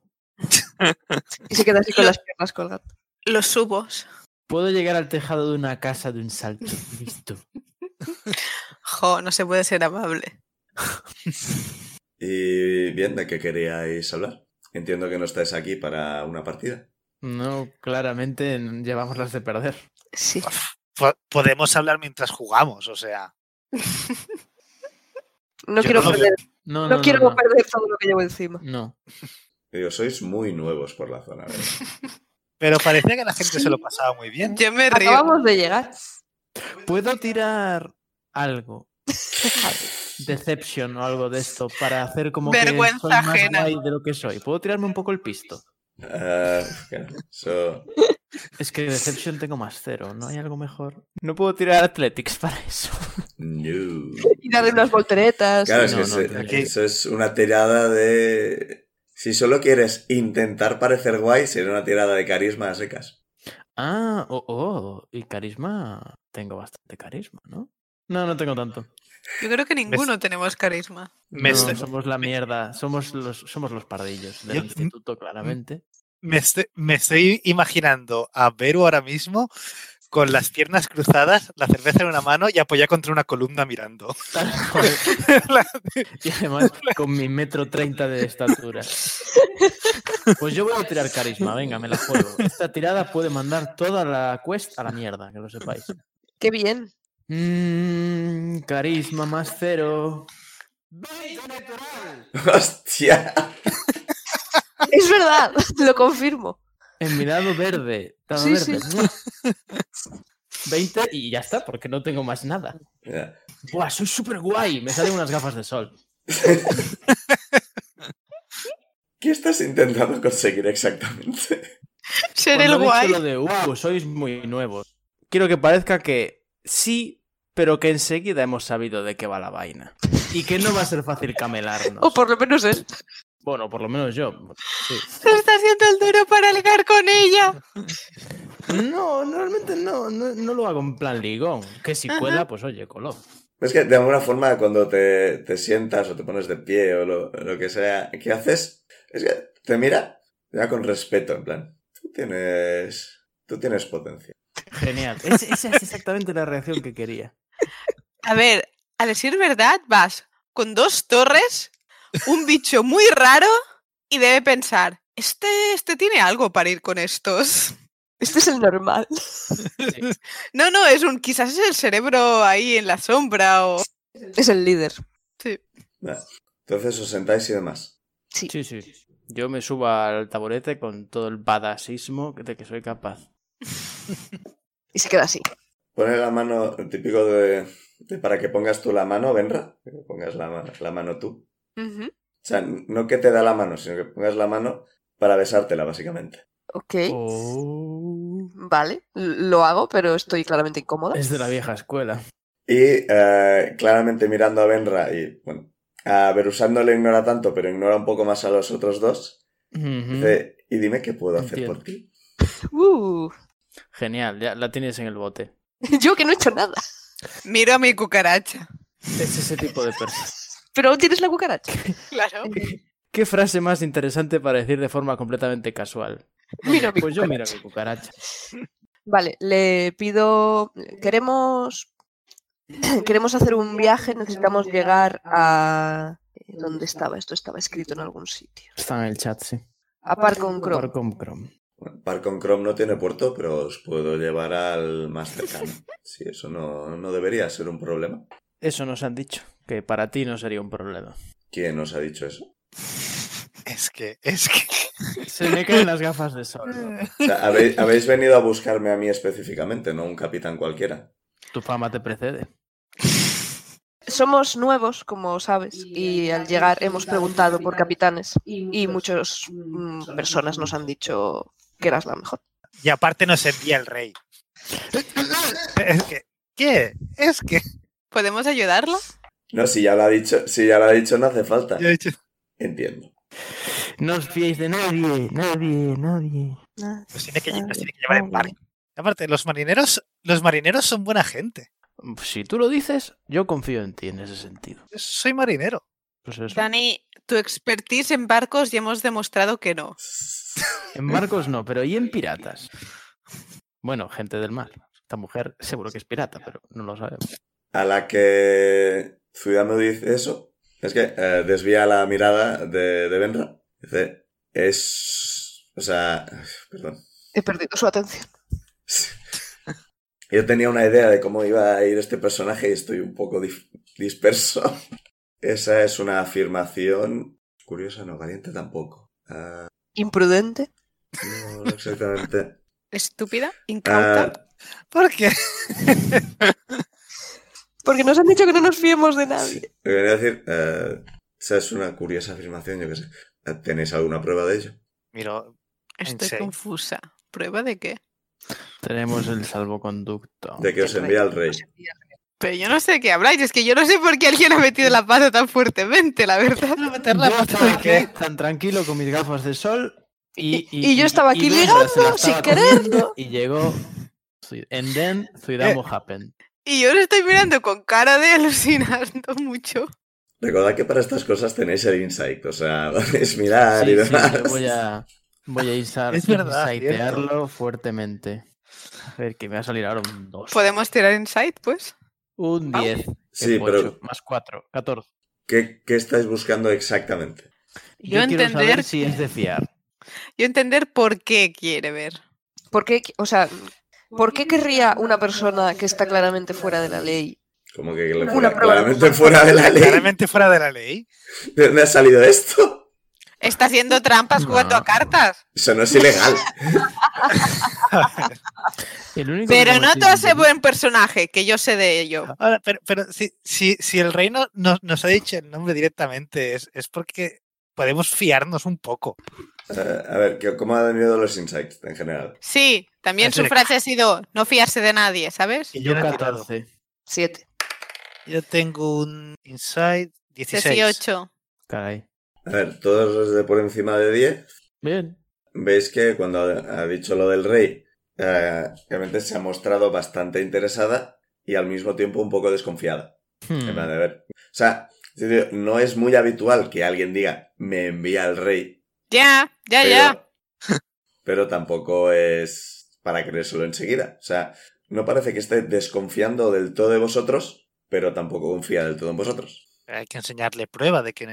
Y se queda así con Lo- las piernas colgando. Los subos. Puedo llegar al tejado de una casa de un salto. Listo. Jo, no se puede ser amable. Y bien, ¿de qué queríais hablar? Entiendo que no estáis aquí para una partida. No, claramente n- llevamos las de perder. Sí. po- podemos hablar mientras jugamos, o sea. No Yo quiero, no- perder, No, no no, no, quiero no. perder todo lo que llevo encima. No. Digo, sois muy nuevos por la zona. ¿verdad? Pero parecía que la gente se lo pasaba muy bien. Yo me río. Acabamos de llegar. ¿Puedo tirar algo? Deception o algo de esto para hacer como Vergüenza que soy más ajena. guay de lo que soy. ¿Puedo tirarme un poco el pisto? Ah, claro, so- Es que Deception tengo más cero, ¿no hay algo mejor? No puedo tirar Athletics para eso. no. Y darle unas volteretas. Claro, es No, que no, se- tiene que- eso es una tirada de... Si solo quieres intentar parecer guay, sería una tirada de carisma a secas. Ah, oh, oh, y carisma. Tengo bastante carisma, ¿no? No, no tengo tanto. Yo creo que ninguno tenemos carisma. Me, No, estoy, somos la mierda, somos los, somos los pardillos del Yo- instituto, claramente. me estoy- me estoy imaginando a Beru ahora mismo con las piernas cruzadas, la cerveza en una mano y apoyada contra una columna mirando. Tal cual. y además con mi metro treinta de estatura. Pues yo voy a tirar carisma, venga, me la juego. Esta tirada puede mandar toda la quest a la mierda, que lo sepáis. Qué bien. Mm, carisma más cero. ¡Veinte natural! ¡Hostia! Es verdad, lo confirmo. En mi lado verde. Dado Sí, verde. 20 y ya está, porque no tengo más nada. Mira, Buah, soy súper guay. Me salen unas gafas de sol. ¿Qué estás intentando conseguir exactamente? Ser el Cuando he dicho guay. lo de, "Wow, sois muy nuevos. Quiero que parezca que sí, pero que enseguida hemos sabido de qué va la vaina. Y que no va a ser fácil camelarnos. O por lo menos él. Bueno, por lo menos yo. sí. Se está haciendo el duro para ligar con ella. No, realmente no, no. no lo hago en plan ligón. Que si cuela, pues oye, coló. Es que de alguna forma cuando te, te sientas o te pones de pie o lo, lo que sea, ¿qué haces? Es que te mira, te mira con respeto, en plan. Tú tienes... Tú tienes potencia. Genial. Es- esa es exactamente la reacción que quería. A ver, a decir verdad, vas con dos torres, un bicho muy raro y debe pensar, este, este tiene algo para ir con estos. Este es el normal. No, no, es un quizás es el cerebro ahí en la sombra o Es el líder. Nada. Entonces os sentáis y demás. Sí, sí. Yo me subo al taburete con todo el badasismo de que soy capaz. Y se queda así. Pone la mano, típico de, de para que pongas tú la mano, Benra, que pongas la, ma- la mano tú. Ujú. O sea, no que te da la mano, sino que pongas la mano para besártela, básicamente. Ok, ¿Eh? Oh. vale. l- Lo hago, pero estoy claramente incómoda. Es de la vieja escuela. Y eh, claramente mirando a Benra y, bueno, a Berusat no le ignora tanto, pero ignora un poco más a los otros dos. Dice, y dime qué puedo hacer Entiendo. por ti. Uh, Genial, ya la tienes en el bote. yo que no he hecho nada. Miro a mi cucaracha. Es ese tipo de persona. Pero aún tienes la cucaracha. Claro. ¿Qué frase más interesante para decir de forma completamente casual? Mira mi Pues yo mira cucaracha. mi cucaracha. Vale, le pido. Queremos. Queremos hacer un viaje, necesitamos llegar a. ¿Dónde estaba? Esto estaba escrito en algún sitio. Está en el chat, sí. A par con Chrome. Parcom Chrome. Bueno, Parcon Chrome no tiene puerto, pero os puedo llevar al más cercano. Sí, eso no, no debería ser un problema. Eso nos han dicho, que para ti no sería un problema. ¿Quién os ha dicho eso? Es que, es que. Se me caen las gafas de sol. O sea, habéis, habéis venido a buscarme a mí específicamente, no un capitán cualquiera. Tu fama te precede. Somos nuevos, como sabes, y al llegar hemos preguntado por capitanes y mm, muchas personas nos han dicho que eras la mejor. Y aparte nos envía el rey. Es que. ¿Qué? Es que. ¿Podemos ayudarla? No, si ya lo ha dicho, si ya lo ha dicho, no hace falta. Yo he dicho, Entiendo. No os fiéis de nadie, nadie, nadie. Nos tiene que, nos tiene que llevar en barco. Aparte, los marineros, los marineros son buena gente. Si tú lo dices, yo confío en ti en ese sentido. Yo soy marinero. Pues eso. Dani, tu expertise en barcos ya hemos demostrado que no. En barcos no, pero ¿y en piratas? Bueno, gente del mar. Esta mujer seguro que es pirata, pero no lo sabemos. A la que Zuidamo dice eso, es que eh, desvía la mirada de, de Benra. Dice, es... O sea, perdón. He perdido su atención. Yo tenía una idea de cómo iba a ir este personaje y estoy un poco dif- disperso. Esa es una afirmación curiosa, no valiente tampoco. Ah, Imprudente. no, no exactamente. ¿Estúpida? Ah, ¿Incauta? ¿Por qué? Porque nos han dicho que no nos fiemos de nadie. Lo que quería decir, eh, esa es una curiosa afirmación, yo qué sé. ¿Tenéis alguna prueba de ello? Miro, Estoy sí. confusa. ¿Prueba de qué? Tenemos el salvoconducto. De que os envía el rey. Pero yo no sé de qué habláis. Es que yo no sé por qué alguien ha metido la pata tan fuertemente, la verdad. meterla Yo en estaba boca, ¿qué? aquí tan tranquilo con mis gafas de sol y, Y- y yo estaba aquí Vendra se la ligando sin estaba querer. comiendo Y llegó. Zui- And then Zuidamo happened. Y yo lo estoy mirando con cara de alucinando mucho. Recordad que para estas cosas tenéis el insight, o sea, podéis mirar Sí, y sí, demás. yo voy a, voy a insar- Es verdad, insightarlo fuertemente. A ver, que me va a salir ahora un 2. ¿Podemos tirar insight, pues? Un 10. Sí, pero Más 4, 14. ¿qué, qué estáis buscando exactamente? Yo quiero saber entender- si es de fiar. Yo entender por qué quiere ver. ¿Por qué, o sea, ¿por qué querría una persona que está claramente fuera de la ley? Como que le Una fuera- prueba. claramente fuera de la ley. Claramente fuera de la ley. ¿De dónde ha salido esto? Está haciendo trampas jugando a No. cartas. Eso no es ilegal. El único que Pero no cometí todo un ese buen personaje, que yo sé de ello. Ah. Ahora, pero, pero si, si, si el reino nos, nos ha dicho el nombre directamente, es, es porque podemos fiarnos un poco. Eh, a ver, ¿qué- ¿cómo han venido los insights en general? Sí, también Es su una- frase ha sido no fiarse de nadie, ¿sabes? Y Yo no he tirado. 14. Siete. Yo tengo un inside 16. 18. Caray. A ver, todos los de por encima de 10, Bien. veis que cuando ha ha dicho lo del rey, eh, realmente se ha mostrado bastante interesada y al mismo tiempo un poco desconfiada. Mm. En Hmm. plan de, a ver. O sea, sí, digo, no es muy habitual que alguien diga me envía el rey. Ya, ya, pero, ¡Eh, ya. pero tampoco es para creérselo enseguida. O sea, no parece que esté desconfiando del todo de vosotros, pero tampoco confía del todo en vosotros. Hay que enseñarle prueba de, que,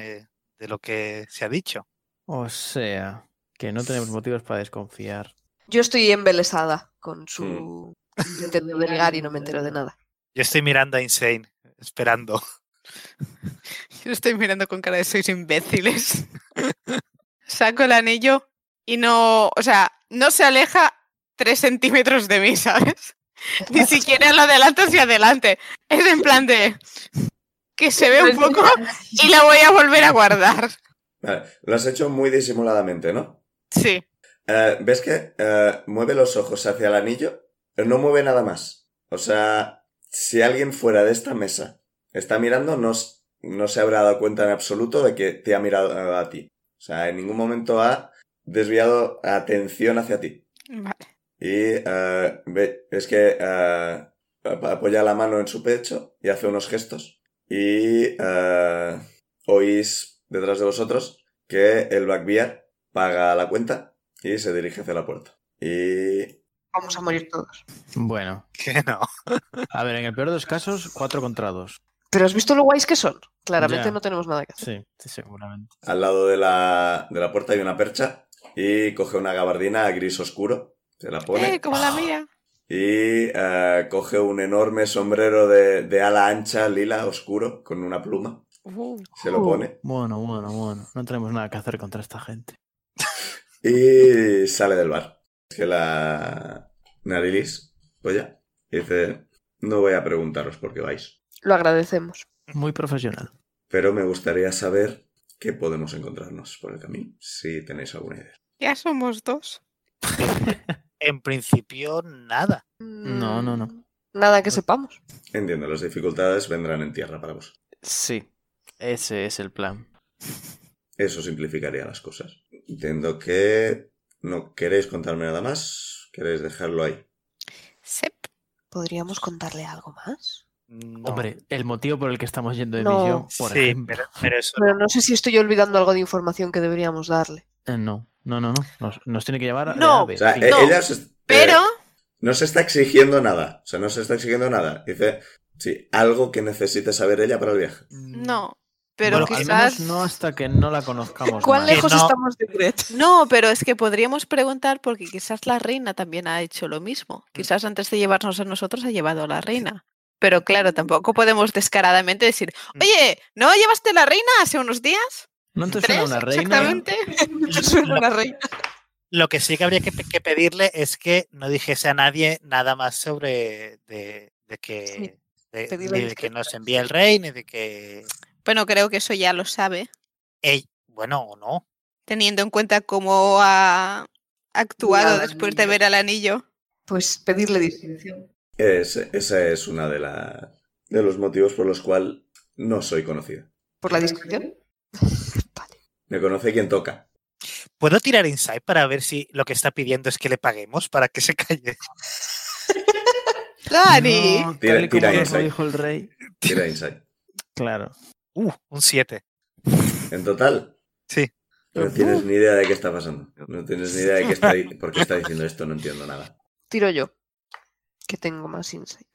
de lo que se ha dicho. O sea, que no tenemos motivos para desconfiar. Yo estoy embelesada con su Mm. intento de ligar y no me entero de nada. Yo estoy mirando a Insane, esperando. Yo lo estoy mirando con cara de sois imbéciles. saco el anillo y no, o sea, no se aleja tres centímetros de mí, ¿sabes? Ni siquiera lo adelanto hacia adelante. Es en plan de que se ve ¿Eh, Pues un poco y la voy a volver a guardar. Vale, lo has hecho muy disimuladamente, ¿no? Sí. Eh, ¿Ves que eh, mueve los ojos hacia el anillo? Pero no mueve nada más. O sea, si alguien fuera de esta mesa está mirando, no, s- no se habrá dado cuenta en absoluto de que te ha mirado eh, a ti. O sea, en ningún momento ha desviado atención hacia ti. Vale. Y eh, ve- es que eh, ap- apoya la mano en su pecho y hace unos gestos. Y eh, oís detrás de vosotros que el Black Bear paga la cuenta y se dirige hacia la puerta. Y Vamos a morir todos. Bueno, Que no. a ver, en el peor de los casos, cuatro contra dos. Pero has visto lo guays que son. Claramente Ya. no tenemos nada que hacer. Sí, sí, seguramente. al lado de la, de la puerta hay una percha y coge una gabardina gris oscuro, se la pone Eh, como la mía. y eh, coge un enorme sombrero de, de ala ancha lila oscuro con una pluma, Uh, se lo pone Bueno, bueno, bueno. No tenemos nada que hacer contra esta gente. y sale del bar. Es que la Narilis, oye, dice, no voy a preguntaros por qué vais, Lo agradecemos. Muy profesional. pero me gustaría saber qué podemos encontrarnos por el camino, si tenéis alguna idea. ya somos dos. En principio, nada. No, no, no. Mm, Nada que sepamos. Entiendo, las dificultades vendrán en tierra para vosotros. Sí, ese es el plan. Eso simplificaría las cosas. Entiendo que no queréis contarme nada más, queréis dejarlo ahí. Sep. ¿Podríamos contarle algo más? No. Hombre, el motivo por el que estamos yendo de No. misión, por sí, ejemplo. pero, pero eso Pero no sé si estoy olvidando algo de información que deberíamos darle. Eh, no, no, no, no. Nos, nos tiene que llevar a. No, de O sea, ave, e- fin. No, ella se- eh, Pero no se está exigiendo nada. O sea, no se está exigiendo nada. Dice, sí, algo que necesite saber ella para el viaje. no. Pero Bueno, al menos quizás no Eh, hasta que no la conozcamos. ¿Cuán más. Que lejos no- estamos de Gret? No, pero es que podríamos preguntar porque quizás la reina también ha hecho lo mismo. Mm. Quizás antes de llevarnos a nosotros ha llevado a la reina. Pero claro, tampoco podemos descaradamente decir, Mm. oye, ¿no llevaste la reina hace unos días? ¿No te suena ¿Tres? una reina? Exactamente. Suena una reina. Lo que sí que habría que, pe- que pedirle es que no dijese a nadie nada más sobre de, de que de- pedirle ni de que discreción. nos envíe el rey, ni de que Bueno, creo que eso ya lo sabe, ey, bueno o no. teniendo en cuenta cómo ha actuado al después de anillo. ver al anillo. Pues pedirle discreción. Es- esa es una de, la, de los motivos por los cuales no soy conocida. ¿Por la discreción? Vale. Me conoce quien toca. ¿Puedo tirar insight para ver si lo que está pidiendo es que le paguemos para que se calle? ¡Dani! No, Tira- tal y como tira nos lo insight. dijo el rey. Tira insight. Claro. Uh, un 7. En total. Sí. No tienes ni idea de qué está pasando. No tienes ni idea de qué está, di- por qué está diciendo esto. No entiendo nada. Tiro yo. Que tengo más insight.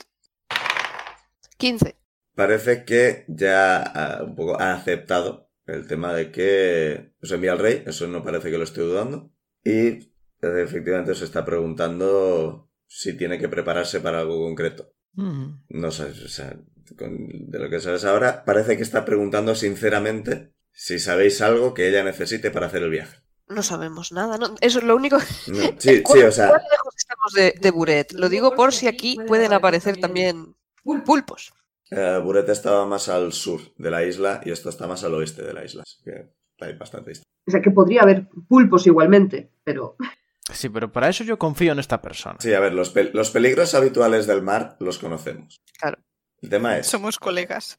15. Parece que ya ha, un poco ha aceptado el tema de que os envía al rey, eso no parece que lo esté dudando. Y eh, efectivamente os está preguntando si tiene que prepararse para algo concreto. Mm. No sabes, o sea, con- de lo que sabes ahora, parece que está preguntando sinceramente si sabéis algo que ella necesite para hacer el viaje. No sabemos nada. no- eso es lo único. No, sí, ¿Cuán- sí, o sea, cuán lejos estamos de, de Buret? Lo digo por si aquí pueden aparecer también pulpos. eh, Buret estaba más al sur de la isla y esto está más al oeste de la isla. Así que hay bastante distancia. O sea, que podría haber pulpos igualmente, pero Sí, pero para eso yo confío en esta persona. Sí, a ver, los, pel- los peligros habituales del mar los conocemos. Claro. El tema es, Somos colegas.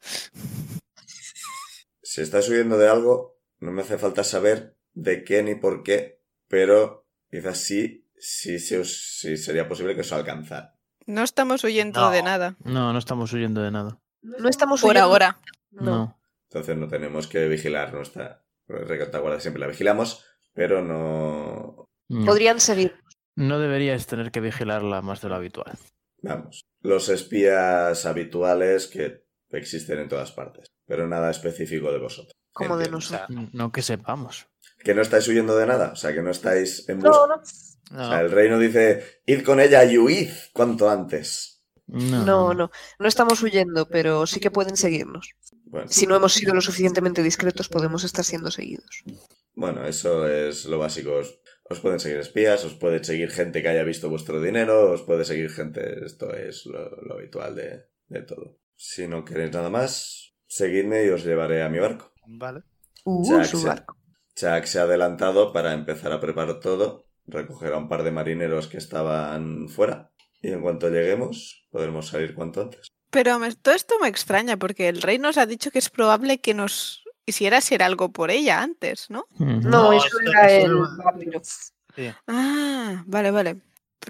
si estás huyendo de algo, no me hace falta saber de qué ni por qué, pero quizás sí, sí, se os- sí sería posible que os alcanzara. No estamos huyendo de No. nada. No, no estamos huyendo de nada. No estamos Por huyendo. ahora. No. No. Entonces no tenemos que vigilar nuestra retaguardia, siempre la vigilamos, pero no... No. Podrían seguir. No deberías tener que vigilarla más de lo habitual. Vamos, los espías habituales que existen en todas partes, pero nada específico de vosotros. Como de Entiendo, o sea, nosotros. No que sepamos. que no estáis huyendo de nada, o sea, que no estáis en busca... No, no. No, O sea, el reino dice, id con ella y huid cuanto antes. No, No, no. No estamos huyendo, pero sí que pueden seguirnos. Bueno, Si no hemos sido lo suficientemente discretos, podemos estar siendo seguidos. Bueno, eso es lo básico. Os, os pueden seguir espías, os puede seguir gente que haya visto vuestro dinero, os puede seguir gente. Esto es lo, lo habitual de, de todo. Si no queréis nada más, seguidme y os llevaré a mi barco. Vale. Uh, Jack su se- barco. Chuck se ha adelantado para empezar a preparar todo, recoger a un par de marineros que estaban fuera y en cuanto lleguemos podremos salir cuanto antes. Pero me- todo esto me extraña porque el rey nos ha dicho que es probable que nos quisiera hacer algo por ella antes, ¿no? No, No, eso esto- era eso el era- vampiro. Ah, vale, vale.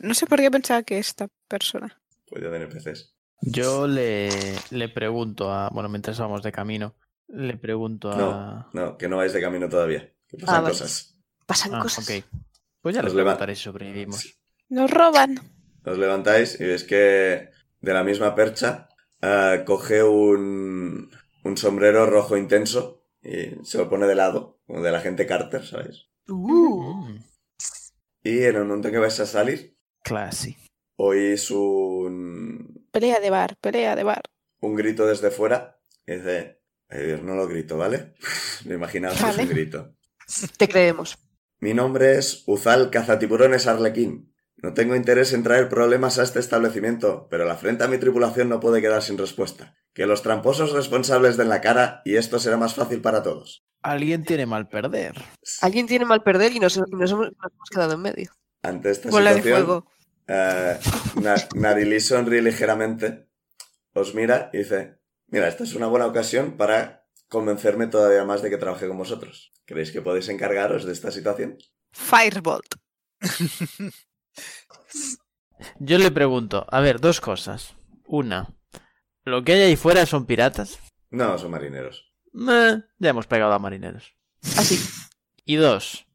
No sé por qué pensaba que esta persona. Pueden tener peces. Yo le, le pregunto a. Bueno, mientras vamos de camino, le pregunto a. No, no, que no vais de camino todavía. Que pasan Ah, vale. cosas. Pasan Ah, cosas. ok. Pues ya Nos les levanta. preguntaré si sobrevivimos. Nos roban. Os levantáis y veis que de la misma percha eh, coge un, un sombrero rojo intenso y se lo pone de lado, como de la gente Carter, ¿sabéis? Uh, Mm, Y en el momento que vais a salir, classy. oís un, Pelea de bar, pelea de bar. un grito desde fuera y dice, ay Dios, no lo grito, ¿vale? Me imaginaba que es Vale. un grito. Te creemos. Mi nombre es Uzal Cazatiburones Arlequín. No tengo interés en traer problemas a este establecimiento, pero la afrenta a mi tripulación no puede quedar sin respuesta. Que los tramposos responsables den la cara y esto será más fácil para todos. Alguien tiene mal perder. Alguien tiene mal perder y nos, y nos hemos, nos hemos quedado en medio. Ante esta Bola de situación, fuego. Eh, Na- Narili sonríe ligeramente, os mira y dice, mira, esta es una buena ocasión para convencerme todavía más de que trabaje con vosotros. ¿Creéis que podéis encargaros de esta situación? Firebolt. Yo le pregunto, a ver, dos cosas. Una, ¿lo que hay ahí fuera son piratas? No, son marineros. Meh, ya hemos pegado a marineros. Así. Y dos,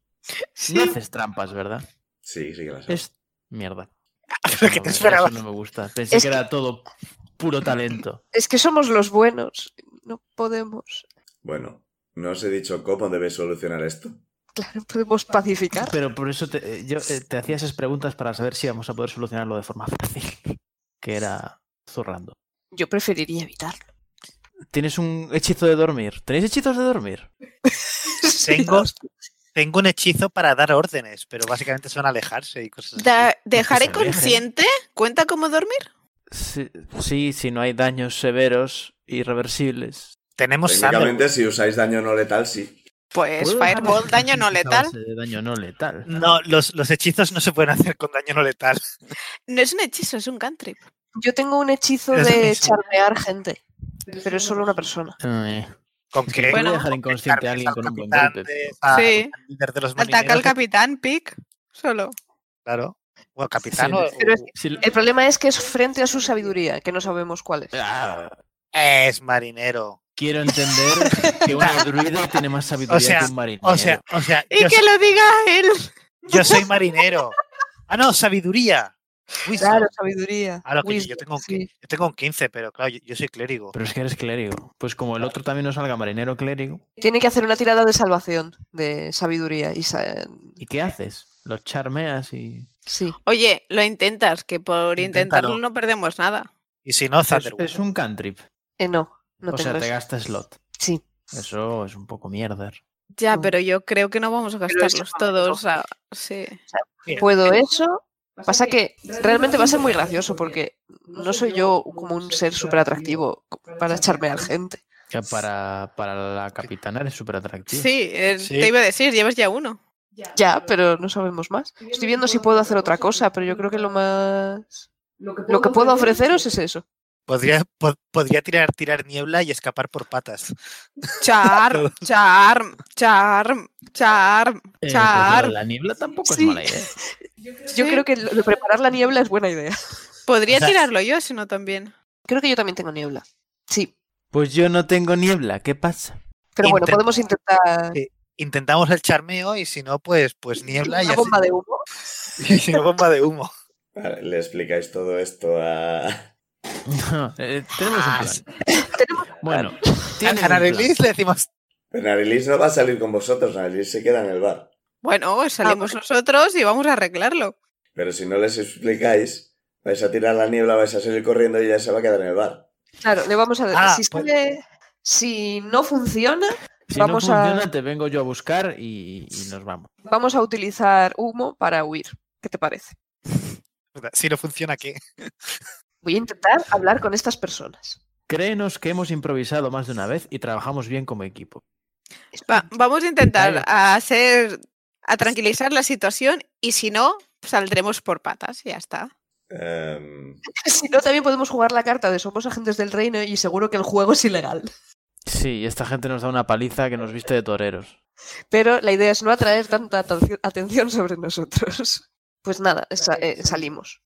Sí. no haces trampas, ¿verdad? Sí, sí que las hay. Es mierda. Pero que No te me- esperaba. eso no me gusta. Pensé Es que que- era todo puro talento. Es que somos los buenos. No podemos. Bueno, no os he dicho cómo debéis solucionar esto. Claro, podemos pacificar. Pero por eso te, eh, yo eh, te hacía esas preguntas para saber si íbamos a poder solucionarlo de forma fácil. Que era zurrando. Yo preferiría evitarlo. ¿Tienes un hechizo de dormir? ¿Tenéis hechizos de dormir? Tengo, tengo un hechizo para dar órdenes, pero básicamente son alejarse y cosas así. Da- ¿Dejaré se alejen. consciente? ¿Cuenta cómo dormir? Sí, sí, si no hay daños severos, irreversibles. Tenemos Sandalwood. Técnicamente, si usáis daño no letal, sí. Pues ¿Puedo dejar Fireball, los daño no hechizos a letal. base de daño no letal. No, los, los hechizos no se pueden hacer con daño no letal. No es un hechizo, es un cantrip. Yo tengo un hechizo Es de buenísimo. charmear gente, pero es solo una persona. Eh, Con que que puede Bueno, dejar inconsciente a alguien con un buen golpe. Ah, pues Sí. líder de los Ataca al marineros, capitán, pick. Solo. Claro. O al capitán. Sí, o- Pero es, Si lo- el problema es que es frente a su sabiduría, que no sabemos cuál es. Ah, Es marinero. quiero entender que un druida tiene más sabiduría O sea, que un marinero. O sea, o sea, Y yo, que soy- lo diga él. yo soy marinero. Ah, no, sabiduría. Wisdom. Claro, sabiduría. Ah, lo que yo, yo wisdom, tengo un, sí. qui- yo tengo un 15, pero claro, yo, yo soy clérigo. Pero es que eres clérigo. Pues como el otro también no salga marinero clérigo. Tiene que hacer una tirada de salvación, de sabiduría. Y sa- ¿Y qué haces? Los charmeas y. sí. Oye, lo intentas, que por Inténtalo. intentarlo no perdemos nada. Y si no, Es, Thunderbolt. es un cantrip. Eh, no, no o tengo sea, te eso. gastas slot. Sí. Eso es un poco mierda. Ya, Mm. pero yo creo que no vamos a Pero eso gastarlos no, no. todos. a- Sí. Bien. Puedo eso. Pasa que realmente va a ser muy gracioso porque no soy yo como un ser súper atractivo para charmear gente. Que para, para la capitana eres súper atractivo. Sí, eh, Sí. te iba a decir, llevas ya uno. Ya, pero no sabemos más. Estoy viendo si puedo hacer otra cosa, pero yo creo que lo más... Lo que puedo ofreceros es eso. Podría, po- podría tirar, tirar niebla y escapar por patas. Charm, charm, charm, charm, Eh, pues lo de charm. la niebla tampoco Sí. es mala idea. Yo Sí, creo que lo de preparar la niebla es buena idea. Podría o sea- tirarlo yo, si no también. Creo que yo también tengo niebla. Sí. Pues yo no tengo niebla. ¿Qué pasa? Pero bueno, Intent- podemos intentar Sí, Intentamos el charmeo y si no, pues, pues niebla y una bomba de humo. así- y si no, bomba de humo. Vale, le explicáis todo esto a... Eh, tenemos un Ah, plan. sí. Bueno, A tienen un plan. Naralis le decimos, Pero Narilis no va a salir con vosotros, Narilis se queda en el bar. Bueno, salimos nosotros y vamos a arreglarlo. Pero si no les explicáis, vais a tirar la niebla, vais a salir corriendo y ella se va a quedar en el bar. Claro, le vamos a... Ah, si, pues- sale- si no funciona, Si Vamos no a- funciona, te vengo yo a buscar y, y nos vamos. Vamos a utilizar humo para huir. ¿Qué te parece? Si no funciona, ¿qué? Voy a intentar hablar con estas personas. Créenos que hemos improvisado más de una vez y trabajamos bien como equipo. Va- vamos a intentar Vale. a hacer a tranquilizar la situación y si no saldremos por patas, ya está. Em, Si no, también podemos jugar la carta de somos agentes del reino y seguro que el juego es ilegal. Sí, esta gente nos da una paliza que nos viste de toreros. Pero la idea es no atraer tanta atenci- atención sobre nosotros. Pues nada, sa- eh, salimos.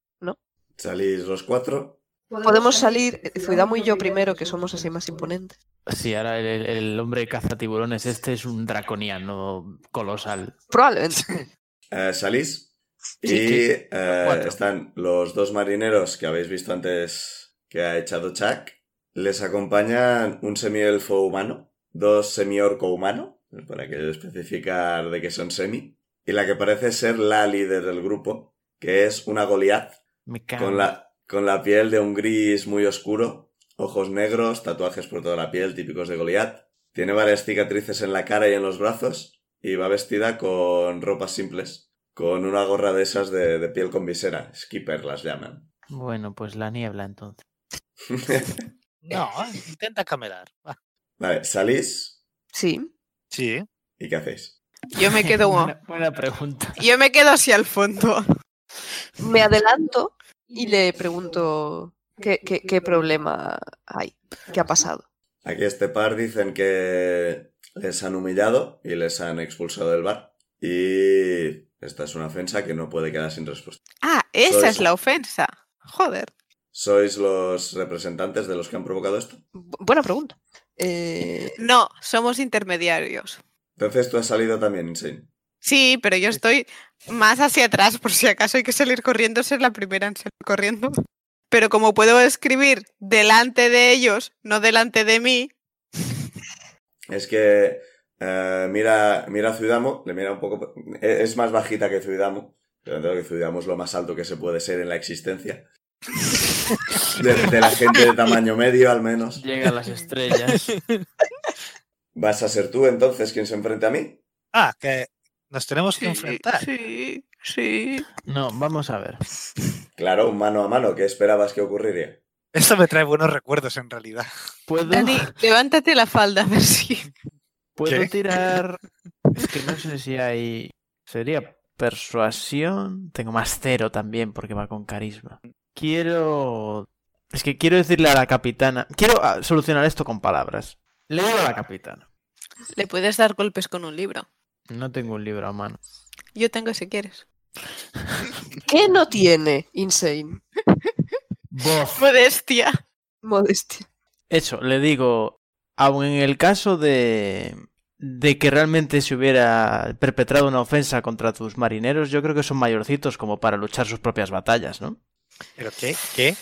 salís los cuatro. Podemos salir, eh, Zuidamu y yo primero, que somos así más imponentes. Sí, ahora el, el- el hombre caza tiburones este es un draconiano colosal. Probablemente. Eh, salís. Y Sí, sí. eh, cuatro. están los dos marineros que habéis visto antes que ha echado Chuck. Les acompañan un semielfo humano, dos semiorco humano, para que especificar de que son semi, y la que parece ser la líder del grupo, que es una Goliath, Me cago. con la, con la piel de un gris muy oscuro, ojos negros, tatuajes por toda la piel, típicos de Goliath. Tiene varias cicatrices en la cara y en los brazos, y va vestida con ropas simples, con una gorra de esas de, de piel con visera, skipper las llaman. Bueno, pues la niebla entonces. No, intenta camelar. va. Vale, salís, Sí. Sí. ¿y qué hacéis? Yo me quedo Buena, buena pregunta. yo me quedo hacia el fondo. Me adelanto y le pregunto qué, qué- qué problema hay, qué ha pasado. Aquí este par dicen que les han humillado y les han expulsado del bar, y esta es una ofensa que no puede quedar sin respuesta. Ah, esa Sois- es la ofensa. Joder. ¿Sois los representantes de los que han provocado esto? Bu- buena pregunta. Eh, No, somos intermediarios. Entonces tú has salido también, Insane. Sí, pero yo estoy más hacia atrás por si acaso hay que salir corriendo, ser la primera en salir corriendo. Pero como puedo escribir delante de ellos, no delante de mí, Es que eh, mira, mira a Zuidamo, le mira un poco. e- Es más bajita que Zuidamo. Pero entiendo que Zuidamo es lo más alto que se puede ser en la existencia. De, de la gente de tamaño medio, al menos. Llegan las estrellas. ¿Vas a ser tú entonces quien se enfrente a mí? Ah, que nos tenemos que Sí, enfrentar. Sí, sí. No, vamos a ver. Claro, un mano a mano, ¿qué esperabas que ocurriría? Esto me trae buenos recuerdos en realidad. ¿Puedo, Dani, levántate la falda, a ver si. ¿puedo ¿Qué? tirar? Es que no sé si hay... Sería persuasión. Tengo más cero también porque va con carisma. Quiero... Es que quiero decirle a la capitana... Quiero ah, solucionar esto con palabras. Le digo a la capitana. Le puedes dar golpes con un libro. No tengo un libro a mano. Yo tengo si quieres. ¿Qué no tiene Insane? Voz. Modestia. Modestia. Eso, le digo, aun en el caso de, de que realmente se hubiera perpetrado una ofensa contra tus marineros, yo creo que son mayorcitos como para luchar sus propias batallas, ¿no? ¿Pero qué? ¿Qué?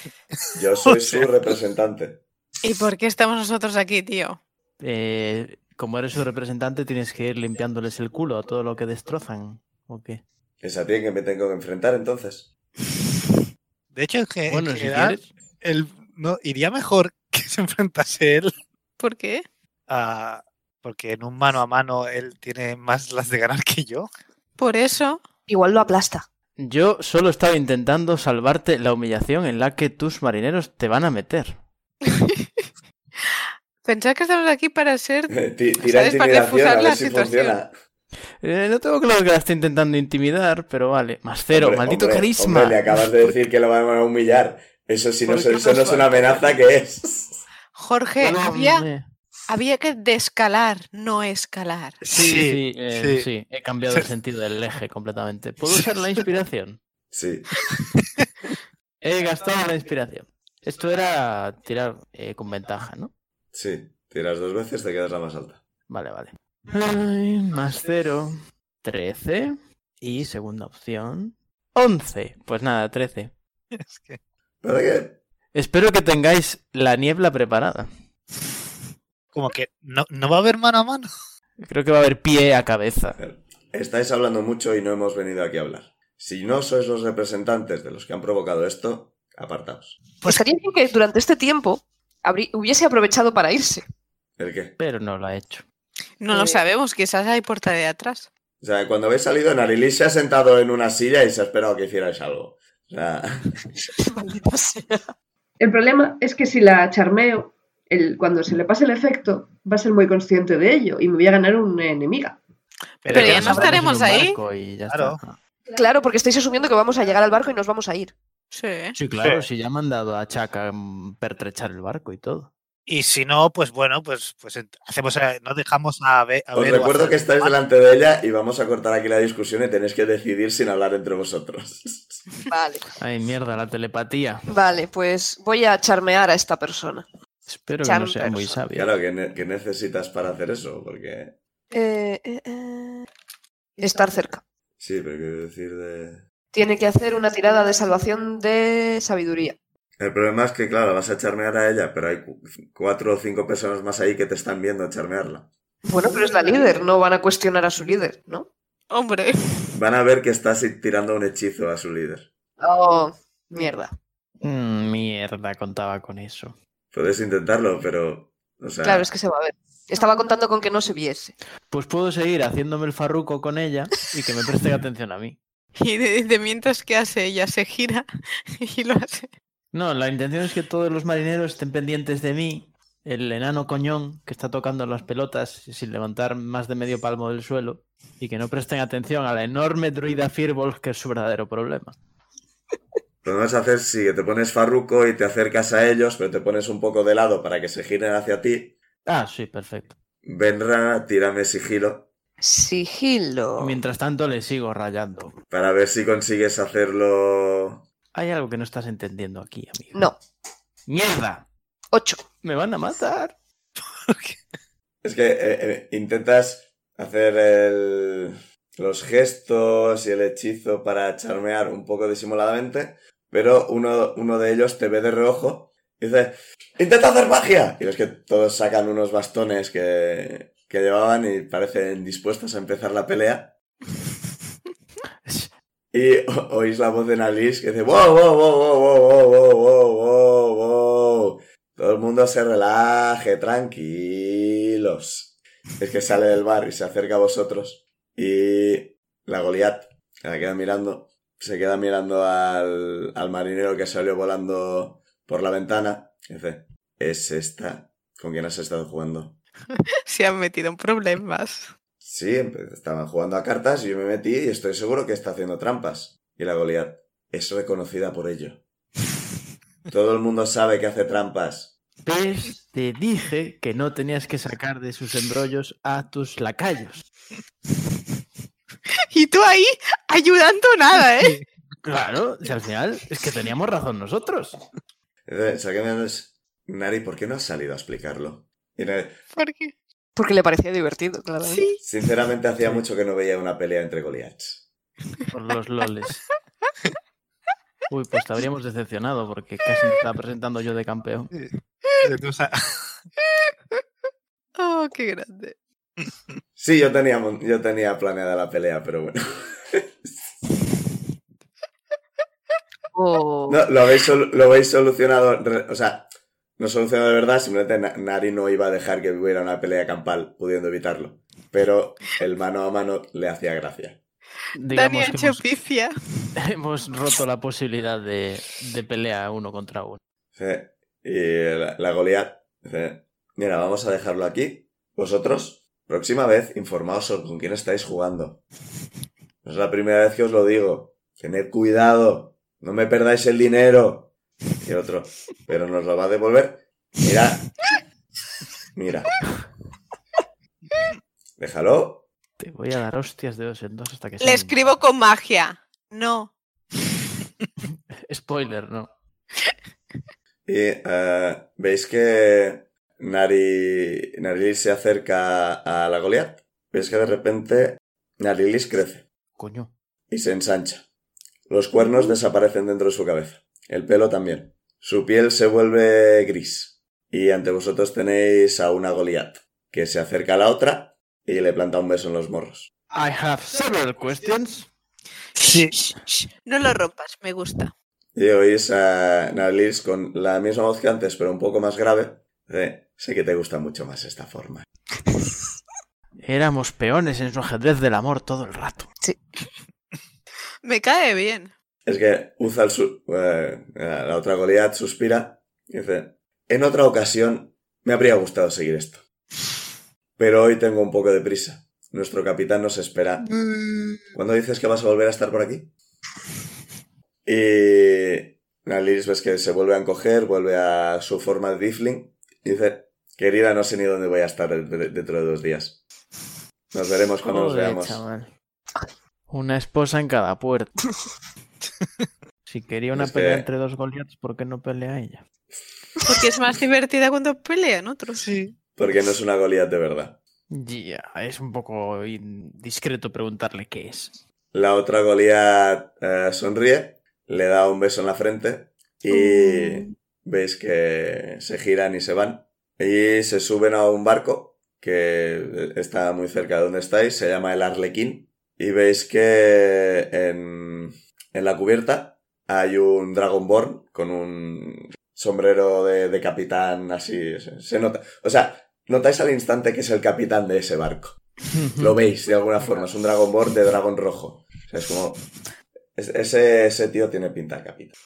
Yo soy O sea. su representante. ¿Y por qué estamos nosotros aquí, tío? Eh, como eres su representante, tienes que ir limpiándoles el culo a todo lo que destrozan. ¿O qué? Es a ti que me tengo que enfrentar entonces. De hecho, es que en Bueno, si general, quieres. él no, iría mejor que se enfrentase él ¿Por qué? a... Porque en un mano a mano él tiene más las de ganar que yo. Por eso. Igual lo aplasta. Yo solo estaba intentando salvarte la humillación en la que tus marineros te van a meter. Pensad que estamos aquí para ser. Ti- Tira ¿Sabes? Para intimidación a defusar la ver si situación. funciona. Eh, no tengo claro que la esté intentando intimidar, pero vale. Más cero, Hombre, maldito hombre, carisma. hombre, le acabas de decir que lo van a humillar. Eso sí, no, ¿Por es- qué eso no es pasó? una amenaza que es. Jorge, No, había, hombre. había que descalar, no escalar. Sí, sí, eh, sí. sí, he cambiado el sentido del eje completamente. ¿Puedo usar la inspiración? Sí. He gastado la inspiración. Esto era tirar eh, con ventaja, ¿no? Sí, tiras dos veces, te quedas la más alta. Vale, vale. Ay, más cero. Trece. Y segunda opción. Once. Pues nada, trece. Es que... ¿Pero qué? Espero que tengáis la niebla preparada. Como que no, no va a haber mano a mano. Creo que va a haber pie a cabeza. Estáis hablando mucho y no hemos venido aquí a hablar. Si no sois los representantes de los que han provocado esto, apartaos. Pues estaría bien que durante este tiempo habrí- hubiese aprovechado para irse. ¿El qué? Pero no lo ha hecho. No lo sabemos, quizás hay puerta de atrás. O sea, cuando habéis salido, Narili se ha sentado en una silla y se ha esperado que hicierais algo. O sea, Maldita sea. El problema es que si la charmeo, el- cuando se le pase el efecto, va a ser muy consciente de ello y me voy a ganar una enemiga. Pero ya que no sabrá- estaremos ahí. claro. Claro. Claro, porque estáis asumiendo que vamos a llegar al barco y nos vamos a ir. Sí. Sí, claro, si ya me han dado a Chaka mm, pertrechar el barco y todo. Y si no, pues bueno, pues, pues ent- hacemos, eh, no dejamos a, ver. a os Beru recuerdo hacer- que estáis delante de ella y vamos a cortar aquí la discusión y tenéis que decidir sin hablar entre vosotros. Vale. Ay, mierda, la telepatía. Vale, pues voy a charmear a esta persona. Espero que no Chambers. sea muy sabia. Claro, que, ne- que necesitas para hacer eso, porque... Eh, eh, eh, Estar cerca. Sí, pero quiero decir de... Tiene que hacer una tirada de salvación de sabiduría. El problema es que, claro, vas a charmear a ella, pero hay cu- cuatro o cinco personas más ahí que te están viendo charmearla. Bueno, pero es la líder, no van a cuestionar a su líder, ¿no? Hombre. Van a ver que estás tirando un hechizo a su líder. Oh, mierda. Mm, mierda, contaba con eso. Puedes intentarlo, pero... O sea, Claro, es que se va a ver. Estaba contando con que no se viese. Pues puedo seguir haciéndome el farruco con ella y que me preste atención a mí. Y de, de mientras que hace ella, se gira y lo hace. No, la intención es que todos los marineros estén pendientes de mí. El enano coñón que está tocando las pelotas sin levantar más de medio palmo del suelo y que no presten atención a la enorme druida Firbolg que es su verdadero problema. Podemos hacer, sí, que te pones farruco y te acercas a ellos, pero te pones un poco de lado para que se giren hacia ti. Ah, sí, perfecto. Benra, tírame sigilo Sigilo. Mientras tanto le sigo rayando. para ver si consigues hacerlo... Hay algo que no estás entendiendo aquí, amigo. No, ¡Mierda! ocho. ¡Me van a matar! Es que eh, eh, intentas hacer el- los gestos y el hechizo para charmear un poco disimuladamente, pero uno, uno de ellos te ve de reojo y dice, ¡Intenta hacer magia! Y es que todos sacan unos bastones que, que llevaban y parecen dispuestos a empezar la pelea. Y o- oís la voz de Nalis que dice wow, wow, wow, wow, wow, wow, wow, wow, wow, wow. Todo el mundo se relaje, tranquilos. Es que sale del bar y se acerca a vosotros. Y la Goliat que la queda mirando. Se queda mirando al, al marinero que salió volando por la ventana. y dice, ¿es esta con quien has estado jugando? Se han metido en problemas. Sí, empe- estaban jugando a cartas y yo me metí y estoy seguro que está haciendo trampas. Y la Goliat es reconocida por ello. Todo el mundo sabe que hace trampas. Pues te dije que no tenías que sacar de sus embrollos a tus lacayos. Y tú ahí ayudando nada, ¿eh? Claro, si al final es que teníamos razón nosotros. Entonces, saqué de los- Nari, ¿por qué no has salido a explicarlo? Y Nari, Porque Porque le parecía divertido, claramente. sí. sinceramente hacía mucho que no veía una pelea entre Goliaths. Por los loles. Uy, pues te habríamos decepcionado porque casi me estaba presentando yo de campeón. O sea, Oh, qué grande. Sí, yo tenía, mon- yo tenía planeada la pelea, pero bueno. O- No, lo habéis, sol- lo habéis solucionado, re- o sea, no solucionado de verdad, simplemente Na- Nari no iba a dejar que hubiera una pelea campal pudiendo evitarlo. Pero el mano a mano le hacía gracia. Digamos Dani ha que hecho hemos, pifia. hemos roto la posibilidad de, de pelea uno contra uno. Sí. Y la, la Goliat dice, mira, vamos a dejarlo aquí. Vosotros, próxima vez, informaos sobre con quién estáis jugando. No es la primera vez que os lo digo. Tened cuidado. No me perdáis el dinero. Y el otro, pero nos lo va a devolver. Mira. Mira. Déjalo. Te voy a dar hostias de dos en dos hasta que Le sean- escribo con magia. No. Spoiler, ¿no? Y eh, veis que Nari, Narilis se acerca a la Goliat. Veis que de repente Narilis crece. Coño. y se ensancha. Los cuernos desaparecen dentro de su cabeza. El pelo también. Su piel se vuelve gris. Y ante vosotros tenéis a una Goliat, que se acerca a la otra y le planta un beso en los morros. I have several questions. Sí. Shh, shh, No lo rompas, me gusta. Y oís a Nalis con la misma voz que antes, pero un poco más grave. de, sé que te gusta mucho más esta forma. Éramos peones en su ajedrez del amor todo el rato. Me cae bien. Es que Uzal, su- eh, la otra Goliath, suspira y dice, en otra ocasión me habría gustado seguir esto. Pero hoy tengo un poco de prisa. Nuestro capitán nos espera. Mm. ¿Cuándo dices que vas a volver a estar por aquí? Y Aliris ves que se vuelve a encoger, vuelve a su forma de Diffling y dice, querida, no sé ni dónde voy a estar de- dentro de dos días. Nos veremos cuando nos Joder, veamos. chaval. Una esposa en cada puerta. Si quería una Es que- pelea entre dos Goliaths, ¿por qué no pelea ella? Porque es más divertida cuando pelean otros. Sí. Porque no es una Goliath de verdad. Ya, es un poco indiscreto preguntarle qué es. La otra Goliat eh, sonríe, le da un beso en la frente y veis que se giran y se van. Y se suben a un barco que está muy cerca de donde estáis, se llama el Arlequín. Y veis que en, en la cubierta hay un Dragonborn con un sombrero de, de capitán así. Se, se nota. O sea, notáis al instante que es el capitán de ese barco lo veis de alguna forma. Es un Dragon Ball de Dragon Rojo. O sea, es como. es- ese, ese tío tiene pinta de capitán.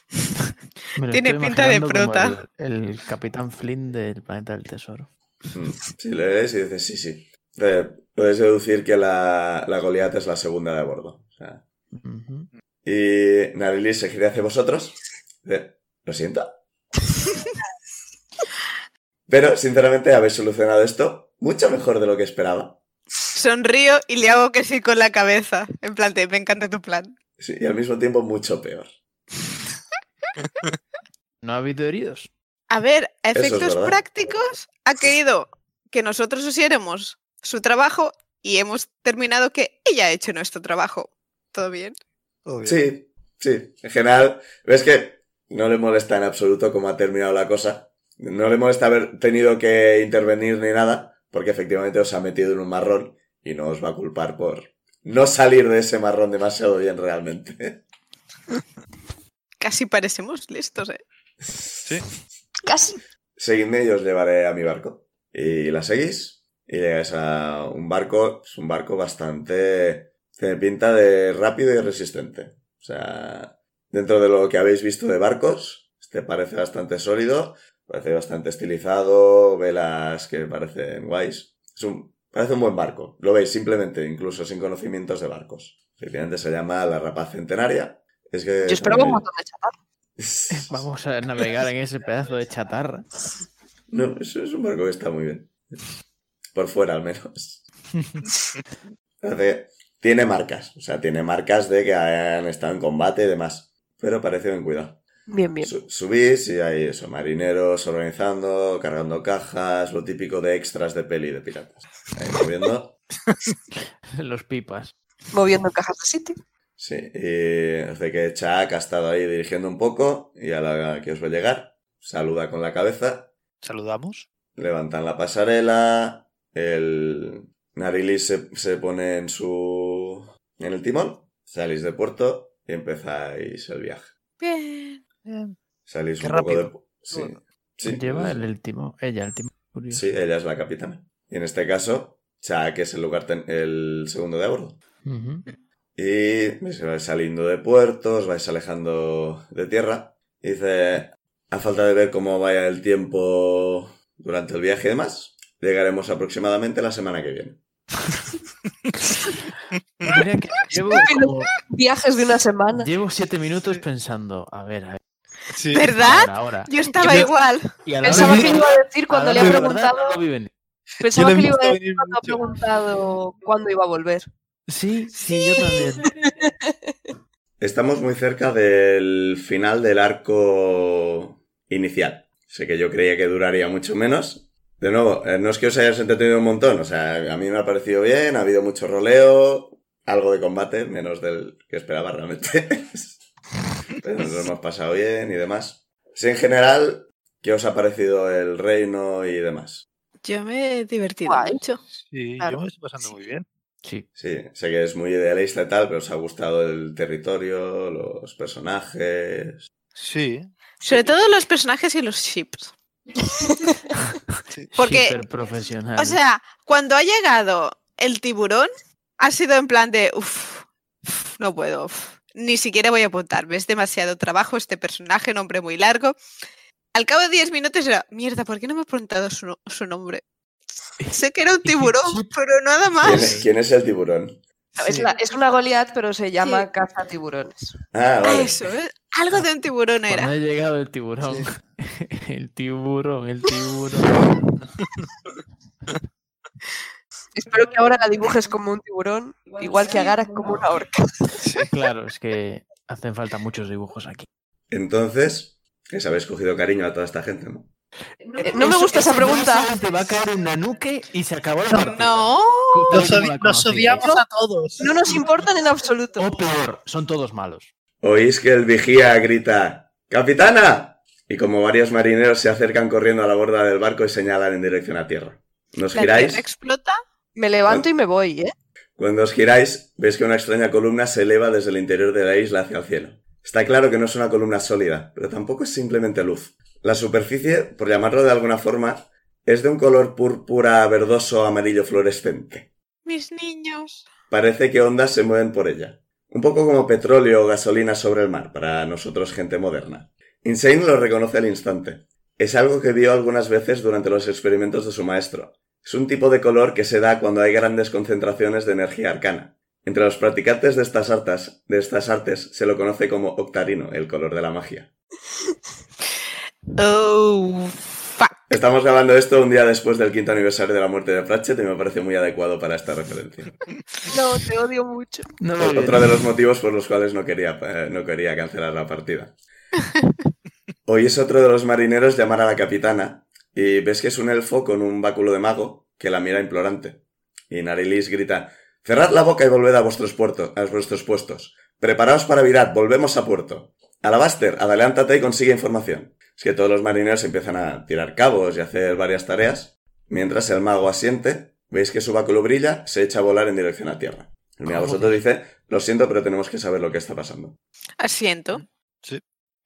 Me lo Tiene estoy pinta de imaginando como prota. El, el capitán Flynn del planeta del tesoro. Mm. Si lo lees y dices, sí, sí. Eh, puedes deducir que la, la Goliath es la segunda de a bordo. O sea, Ujú. y Narili se gira hacia vosotros. Dice, lo siento. Pero, sinceramente, habéis solucionado esto mucho mejor de lo que esperaba. Sonrío y le hago que sí con la cabeza. En plan, de, me encanta tu plan. Sí, y al mismo tiempo, mucho peor. ¿No ha habido heridos? A ver, a Eso es efectos verdad. prácticos, ha querido que nosotros hiciéramos su trabajo y hemos terminado que ella ha hecho nuestro trabajo. ¿Todo bien? Obvio. Sí, sí. En general, ves que no le molesta en absoluto cómo ha terminado la cosa. No le molesta haber tenido que intervenir ni nada, porque efectivamente os ha metido en un marrón y no os va a culpar por no salir de ese marrón demasiado bien realmente. Casi parecemos listos, ¿eh? Casi. Seguidme y os llevaré a mi barco. Y la seguís y llegáis a un barco, es un barco bastante... Tiene pinta de rápido y resistente. O sea, dentro de lo que habéis visto de barcos, este parece bastante sólido, parece bastante estilizado, velas que parecen guays. Es un, parece un buen barco. Lo veis simplemente, incluso sin conocimientos de barcos. Efectivamente se llama la rapaz centenaria. Es que... Yo esperaba un montón de chatarra. Vamos a navegar en ese pedazo de chatarra. No, es, es un barco que está muy bien. Por fuera, al menos. Hace- tiene marcas. O sea, tiene marcas de que han estado en combate y demás. Pero parece bien cuidado. Bien, bien. Su- subís y hay eso, marineros organizando, cargando cajas, lo típico de extras de peli de piratas. Ahí moviendo. Los pipas. Moviendo cajas de sitio. Sí, y hace que Chuck ha estado ahí dirigiendo un poco y a la que os va a llegar, saluda con la cabeza Saludamos. Levantan la pasarela. El Narilis se, se pone en su. en el timón. Salís de puerto y empezáis el viaje. Bien. Salís Qué un poco de. rápido. pu- Sí. Bueno. Sí, Lleva pues, el, el timón- Ella, el timón. Curioso. sí, ella es la capitana. Y en este caso, Chuck es el lugar ten- el segundo de a bordo. Ujú. Y vais vais saliendo de puertos, vais alejando de tierra. Y Dice, a falta de ver cómo vaya el tiempo durante el viaje y demás, llegaremos aproximadamente la semana que viene. Mira que llevo, como- Viajes de una semana. llevo siete minutos pensando. A ver, a ver. Sí. ¿Verdad? Ahora, ahora. Yo estaba Yo- igual. Y a la Pensaba hora que de- le iba a decir a cuando le la ha hora de verdad, preguntado. no lo vi venir. Pensaba Yo le he que le iba a visto decir venir cuando ha mucho. preguntado cuándo iba a volver. Sí, sí, yo también. Estamos muy cerca del final del arco inicial. Sé que yo creía que duraría mucho menos. De nuevo, eh, no es que os hayáis entretenido un montón, o sea, a mí me ha parecido bien, ha habido mucho roleo, algo de combate, menos del que esperaba realmente. Pero nos lo hemos pasado bien y demás. Sí, en general, ¿qué os ha parecido el reino y demás? Yo me he divertido Guay. mucho. Sí, Claro. yo me lo estoy pasando muy bien. Sí. Sí, sé que es muy idealista y tal, pero os ha gustado el territorio, los personajes. Sí. Sobre todo los personajes y los chips. sí. Porque, Superprofesional. o sea, cuando ha llegado el tiburón ha sido en plan de, uff, uf, no puedo, uf, ni siquiera voy a apuntarme, es demasiado trabajo este personaje, nombre muy largo. Al cabo de 10 minutos era, mierda, ¿por qué no me he preguntado su, no- su nombre? Sé que era un tiburón, pero nada ¿Quién, más. quién es el tiburón? No, es, la- es una Goliath, pero se llama caza tiburones. Ah, Ah, vale. eso, ¿eh? Algo de un tiburón Cuando era. ha llegado el tiburón. El tiburón, el tiburón. Espero que ahora la dibujes como un tiburón, igual que a Garak como una orca. Eh, Claro, es que hacen falta muchos dibujos aquí. Entonces, les habéis cogido cariño a toda esta gente, ¿no? Eh, No me gusta esa pregunta. Te va a caer un nanuque y se acabó la partida. No, Tal y Nos, como odi- la nos conocéis. odiamos a todos. No nos importan en absoluto. O peor, son todos malos. Oís que el vigía grita ¡Capitana! Y como varios marineros se acercan corriendo a la borda del barco y señalan en dirección a tierra. Nos la tierra giráis. explota. Me levanto y me voy, ¿eh? Cuando os giráis, veis que una extraña columna se eleva desde el interior de la isla hacia el cielo. Está claro que no es una columna sólida, pero tampoco es simplemente luz. La superficie, por llamarlo de alguna forma, es de un color púrpura verdoso amarillo fluorescente. Mis niños. Parece que ondas se mueven por ella. Un poco como petróleo o gasolina sobre el mar, para nosotros gente moderna. Insane lo reconoce al instante. Es algo que vio algunas veces durante los experimentos de su maestro. Es un tipo de color que se da cuando hay grandes concentraciones de energía arcana. Entre los practicantes de estas artes, de estas artes se lo conoce como octarino, el color de la magia. Oh, fuck. Estamos grabando esto un día después del quinto aniversario de la muerte de Pratchett y me parece muy adecuado para esta referencia. No, te odio mucho. No lo Otro de los motivos por los cuales no quería, eh, no quería cancelar la partida. Hoy es otro de los marineros llamar a la capitana y ves que es un elfo con un báculo de mago que la mira implorante. Y Narilis grita, cerrad la boca y volved a vuestros, puertos, a vuestros puestos. Preparaos para virar, volvemos a puerto. Alabaster, adelántate y consigue información. Es que todos los marineros empiezan a tirar cabos y a hacer varias tareas. Mientras el mago asiente, veis que su báculo brilla, se echa a volar en dirección a tierra. El mira, vosotros dice, lo siento, pero tenemos que saber lo que está pasando. Asiento.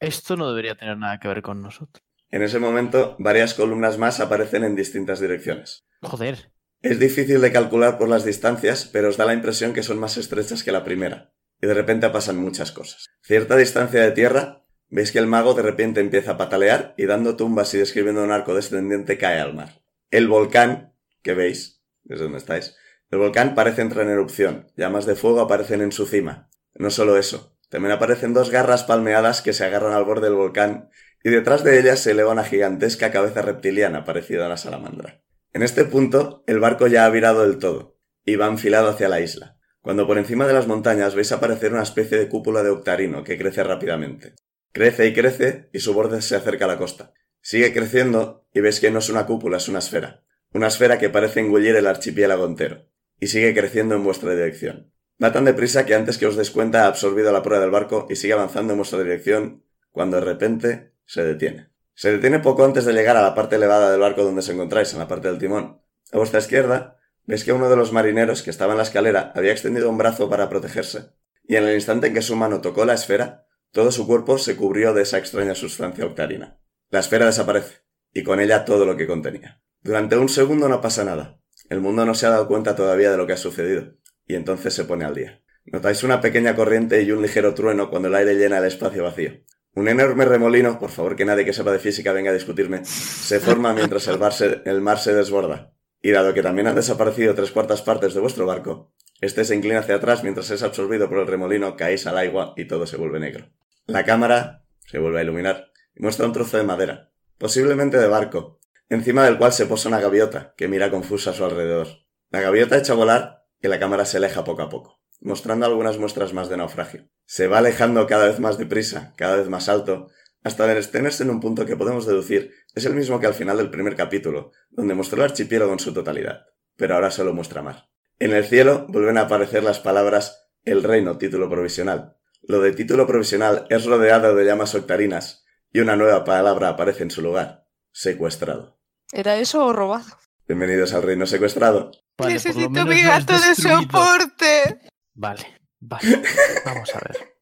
Esto no debería tener nada que ver con nosotros. En ese momento, varias columnas más aparecen en distintas direcciones. Joder. Es difícil de calcular por las distancias, pero os da la impresión que son más estrechas que la primera. Y de repente pasan muchas cosas. Cierta distancia de tierra, veis que el mago de repente empieza a patalear y dando tumbas y describiendo un arco descendiente cae al mar. El volcán, que veis, desde donde estáis, el volcán parece entrar en erupción. Llamas de fuego aparecen en su cima. No solo eso, también aparecen dos garras palmeadas que se agarran al borde del volcán y detrás de ellas se eleva una gigantesca cabeza reptiliana parecida a una salamandra. En este punto, el barco ya ha virado del todo y va enfilado hacia la isla. Cuando por encima de las montañas veis aparecer una especie de cúpula de octarino que crece rápidamente. Crece y crece y su borde se acerca a la costa. Sigue creciendo y veis que no es una cúpula, es una esfera. Una esfera que parece engullir el archipiélago entero. Y sigue creciendo en vuestra dirección. Va tan deprisa que antes que os des cuenta ha absorbido la proa del barco y sigue avanzando en vuestra dirección cuando de repente se detiene. Se detiene poco antes de llegar a la parte elevada del barco donde os encontráis, en la parte del timón. A vuestra izquierda, veis que uno de los marineros que estaba en la escalera había extendido un brazo para protegerse, y en el instante en que su mano tocó la esfera, todo su cuerpo se cubrió de esa extraña sustancia octarina. La esfera desaparece, y con ella todo lo que contenía. Durante un segundo no pasa nada. El mundo no se ha dado cuenta todavía de lo que ha sucedido, y entonces se pone al día. Notáis una pequeña corriente y un ligero trueno cuando el aire llena el espacio vacío. Un enorme remolino, por favor que nadie que sepa de física venga a discutirme, se forma mientras el, bar se- el mar se desborda. Y dado que también han desaparecido tres cuartas partes de vuestro barco, este se inclina hacia atrás mientras es absorbido por el remolino, caéis al agua y todo se vuelve negro. La cámara se vuelve a iluminar y muestra un trozo de madera, posiblemente de barco, encima del cual se posa una gaviota que mira confusa a su alrededor. La gaviota echa a volar y la cámara se aleja poco a poco, mostrando algunas muestras más de naufragio. Se va alejando cada vez más deprisa, cada vez más alto, hasta detenerse en un punto que podemos deducir es el mismo que al final del primer capítulo, donde mostró el archipiélago en su totalidad, pero ahora solo muestra mar. En el cielo vuelven a aparecer las palabras El Reino, título provisional. Lo de título provisional es rodeado de llamas octarinas y una nueva palabra aparece en su lugar, secuestrado. ¿Era eso o robado? Bienvenidos al Reino Secuestrado. Vale, por lo Necesito menos mi no has gato de destruido. soporte. Vale, vale. Vamos a ver.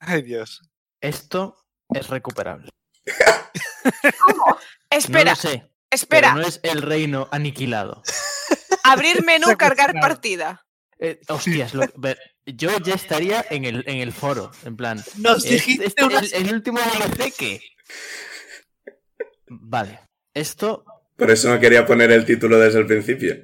Ay, Dios. Esto es recuperable. Espera, No lo sé, espera. pero no es el reino aniquilado. Abrir menú, cargar Secuestrado. partida. Eh, hostias, lo- ver, yo ya estaría en el, en el foro, en plan. Nos Este- dijiste este una- es el, el último que Vale. Esto. Por eso no quería poner el título desde el principio.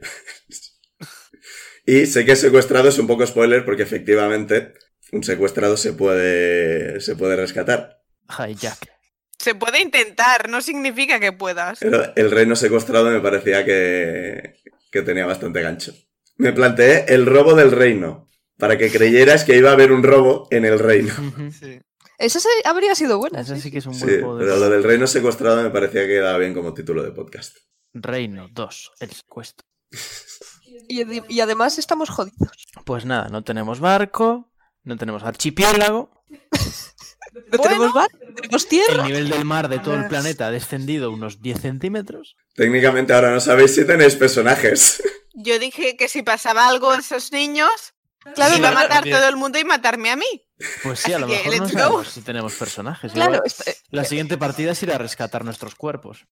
y sé que secuestrado es un poco spoiler porque efectivamente un secuestrado se puede, se puede rescatar. Hijack. Se puede intentar, no significa que puedas. Pero el reino secuestrado me parecía que, que tenía bastante gancho. Me planteé el robo del reino para que creyeras que iba a haber un robo en el reino. Ujú. Sí. Esa se- habría sido buena. Ese sí, sí que es un Sí, buen juego de pero lo del reino secuestrado me parecía que quedaba bien como título de podcast. Reino 2, el secuestro. sí. Y, adi- y además estamos jodidos. Pues nada, no tenemos barco, no tenemos archipiélago, No Bueno. tenemos bar, no tenemos tierra. el nivel del mar de todo el planeta ha descendido unos 10 centímetros. Técnicamente ahora no sabéis si tenéis personajes. Yo dije que si pasaba algo a esos niños, claro, Sí, iba a claro, matar también. todo el mundo y matarme a mí. Pues sí, a Así lo que, mejor no let's go. sabemos si tenemos personajes. Claro, este, igual está- La siguiente partida es ir a rescatar nuestros cuerpos.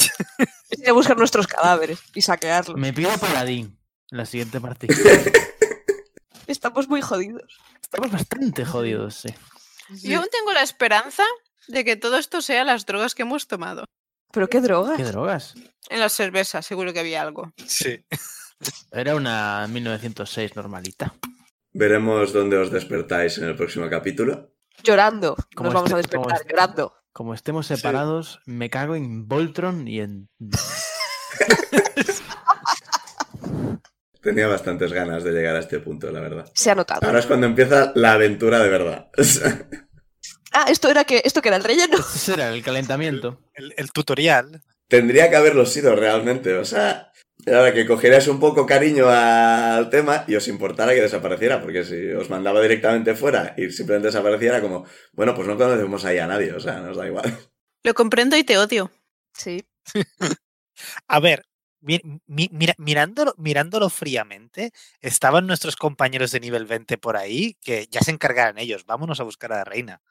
ir a este buscar nuestros cadáveres y saquearlos. Me pido paladín. La siguiente partida. Estamos muy jodidos. Estamos bastante jodidos, sí. Yo aún tengo la esperanza de que todo esto sea las drogas que hemos tomado. Pero qué drogas. ¿Qué drogas? En la cerveza, seguro que había algo. Sí. Era una 1906 normalita. Veremos dónde os despertáis en el próximo capítulo. Llorando. Como Nos vamos este- a como despertar este- llorando. Como estemos separados, me cago en Voltron y en... Tenía bastantes ganas de llegar a este punto, la verdad. Se ha notado. Ahora es cuando empieza la aventura de verdad. O sea, Ah, esto era que esto que era el relleno. Ese era este el calentamiento. El, el tutorial. Tendría que haberlo sido realmente. O sea, ahora que cogieras un poco cariño a- al tema y os importara que desapareciera, porque si os mandaba directamente fuera y simplemente desapareciera, como, bueno, pues no conocemos ahí a nadie, o sea, nos da igual. Lo comprendo y te odio. Sí. A ver, mi- mi- mira- mirándolo, mirándolo fríamente, estaban nuestros compañeros de nivel 20 por ahí que ya se encargaran ellos. Vámonos a buscar a la reina.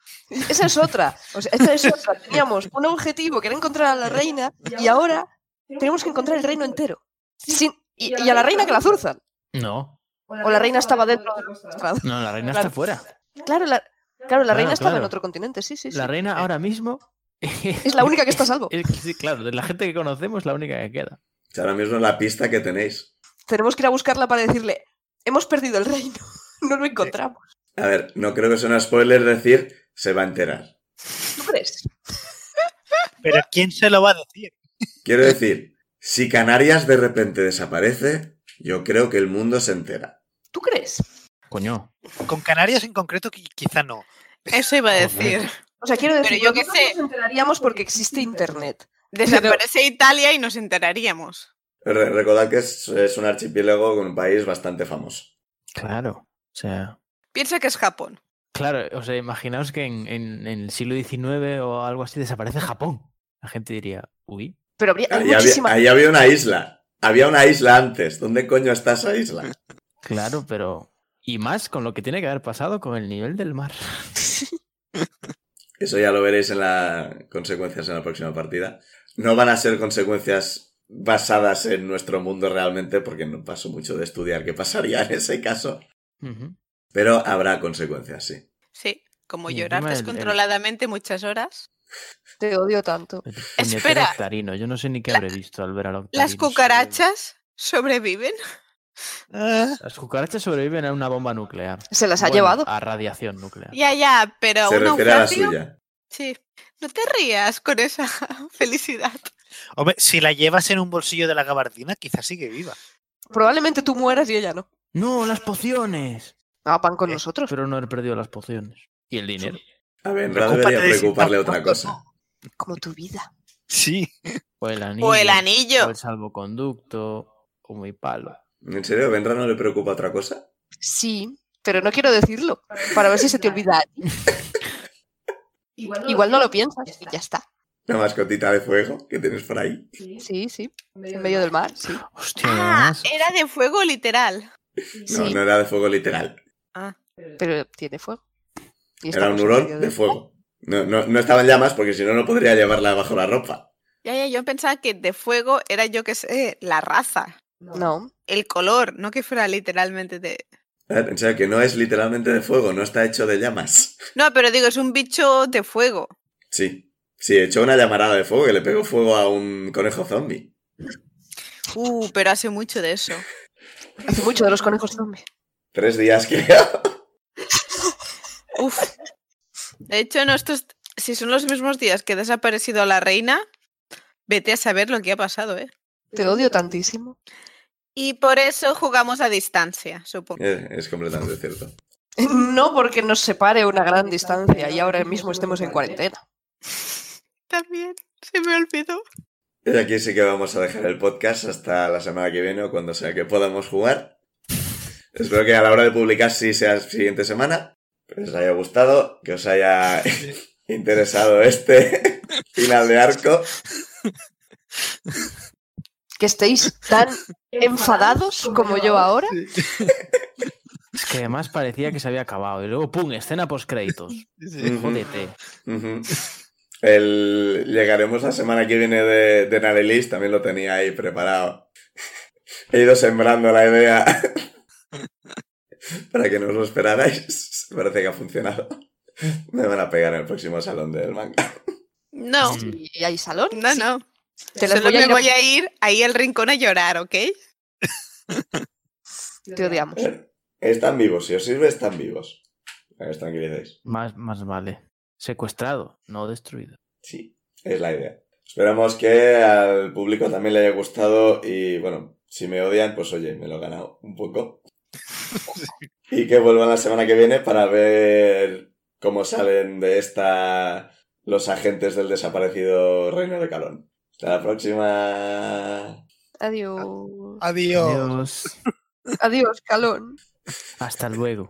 Esa es otra. O sea, esa es otra. Teníamos un objetivo que era encontrar a la reina y ahora tenemos que encontrar el reino entero. Sin- y, y a la reina que la zurzan. No, O la reina estaba dentro del secuestrado. no, la reina está fuera. Claro, la, claro, la Claro, reina estaba en claro. otro continente, sí, sí, sí. La reina ahora mismo... Es la única que está a salvo. Es que sí, claro, de la gente que conocemos, la única que queda. O sea, ahora mismo es la pista que tenéis. Tenemos que ir a buscarla para decirle, hemos perdido el reino. No lo encontramos. A ver, no creo que sea un spoiler decir, se va a enterar. ¿Tú crees? Pero ¿quién se lo va a decir? Quiero decir, si Canarias de repente desaparece, yo creo que el mundo se entera. ¿Tú crees? Coño. Con Canarias en concreto qui- quizá no. Eso iba a decir. O sea, quiero Pero decir, yo qué nosotros sé. nos enteraríamos porque existe internet. Desaparece Italia y nos enteraríamos. Re- recordad que es, es un archipiélago con un país bastante famoso. Claro. O sea... Piensa que es Japón. Claro, o sea, imaginaos que en, en- en el siglo XIX o algo así desaparece Japón. La gente diría, uy, Pero habría hay Ahí Ah, había, muchísima... ahí había una isla. Había una isla antes. ¿Dónde coño está esa isla? claro, pero... Y más con lo que tiene que haber pasado con el nivel del mar. Eso ya lo veréis en las consecuencias en la próxima partida. No van a ser consecuencias basadas en nuestro mundo realmente, porque no paso mucho de estudiar qué pasaría en ese caso. Ujú. Pero habrá consecuencias, sí. Sí, como Y llorar encima el- el- descontroladamente muchas horas. Te odio tanto. El puñetero Espera. Octarino, yo no sé ni qué La- habré visto al ver al octarino. ¿Las cucarachas sobreviven? Ah, Las cucarachas sobreviven a una bomba nuclear. Se las ha Bueno, ah. llevado. A radiación nuclear. Ya, ya, pero Se un refiere a la naufragio- suya. Sí. No te rías con esa felicidad. hombre, si la llevas en un bolsillo de la gabardina, quizá sigue viva. Probablemente tú mueras y ella no. ¡No, las pociones! Ah, van con Eh, nosotros. Pero no he perdido las pociones. Y el dinero. A ver, no Preocúpate debería de si preocuparle estás otra muerto, cosa. Como tu vida. Sí. O el anillo. O el anillo. o el salvoconducto. O mi palo. ¿En serio? ¿Benra no le preocupa otra cosa? Sí, pero no quiero decirlo. Para ver si se te olvida. a ti. Igual no lo piensas. y Ya está. La mascotita de fuego que tienes por ahí. Sí, sí. En medio del mar, sí. Hostia, Ah, además, era de fuego literal. Ah, No, Sí. no era de fuego literal. Pero tiene fuego. Era un Y estamos en medio hurón del- de fuego. No, no, no estaba en llamas porque si no, no podría llevarla bajo la ropa. Ya, ya, yo pensaba que de fuego era yo que sé, la raza. No. El color, no que fuera literalmente de... O sea, que no es literalmente de fuego, no está hecho de llamas. No, pero digo, es un bicho de fuego. Sí, sí, echó una llamarada de fuego que le pegó fuego a un conejo zombie. Uh, pero hace mucho de eso. Hace mucho de los conejos zombie. Tres días que... Uf. De hecho, en estos, si son los mismos días que ha desaparecido la reina, vete a saber lo que ha pasado, ¿eh? Te odio tantísimo. Y por eso jugamos a distancia, supongo. Eh, es completamente cierto. No porque nos separe una gran distancia y ahora mismo estemos en cuarentena. También, se me olvidó. Y aquí sí que vamos a dejar el podcast hasta la semana que viene o cuando sea que podamos jugar. Espero que a la hora de publicar sí sea la siguiente semana. Que os haya gustado, que os haya interesado este final de arco. Que estéis tan enfadados como yo ahora. Es que además parecía que se había acabado. Y luego, ¡pum! Escena post-créditos. Ujú, Jódete. ujú. El... Llegaremos la semana que viene de, de Narelis, también lo tenía ahí preparado. He ido sembrando la idea para que no os lo esperarais. Parece que ha funcionado. Me van a pegar en el próximo salón del manga. No, ¿Y hay salón? no, no. Te las Solo voy a me ir a- voy a ir ahí al rincón a llorar, ¿ok? Te odiamos. Están vivos, si os sirve, están vivos. Para que os tranquilicéis. Más, más vale. Secuestrado, no destruido. Sí, es la idea. Esperamos que al público también le haya gustado y bueno, si me odian, pues oye, me lo he ganado un poco. Y que vuelvan la semana que viene para ver cómo salen de esta los agentes del desaparecido Reino de Calón. Hasta la próxima. Adiós. Ah. Adiós. Adiós. Adiós, calón. Hasta luego.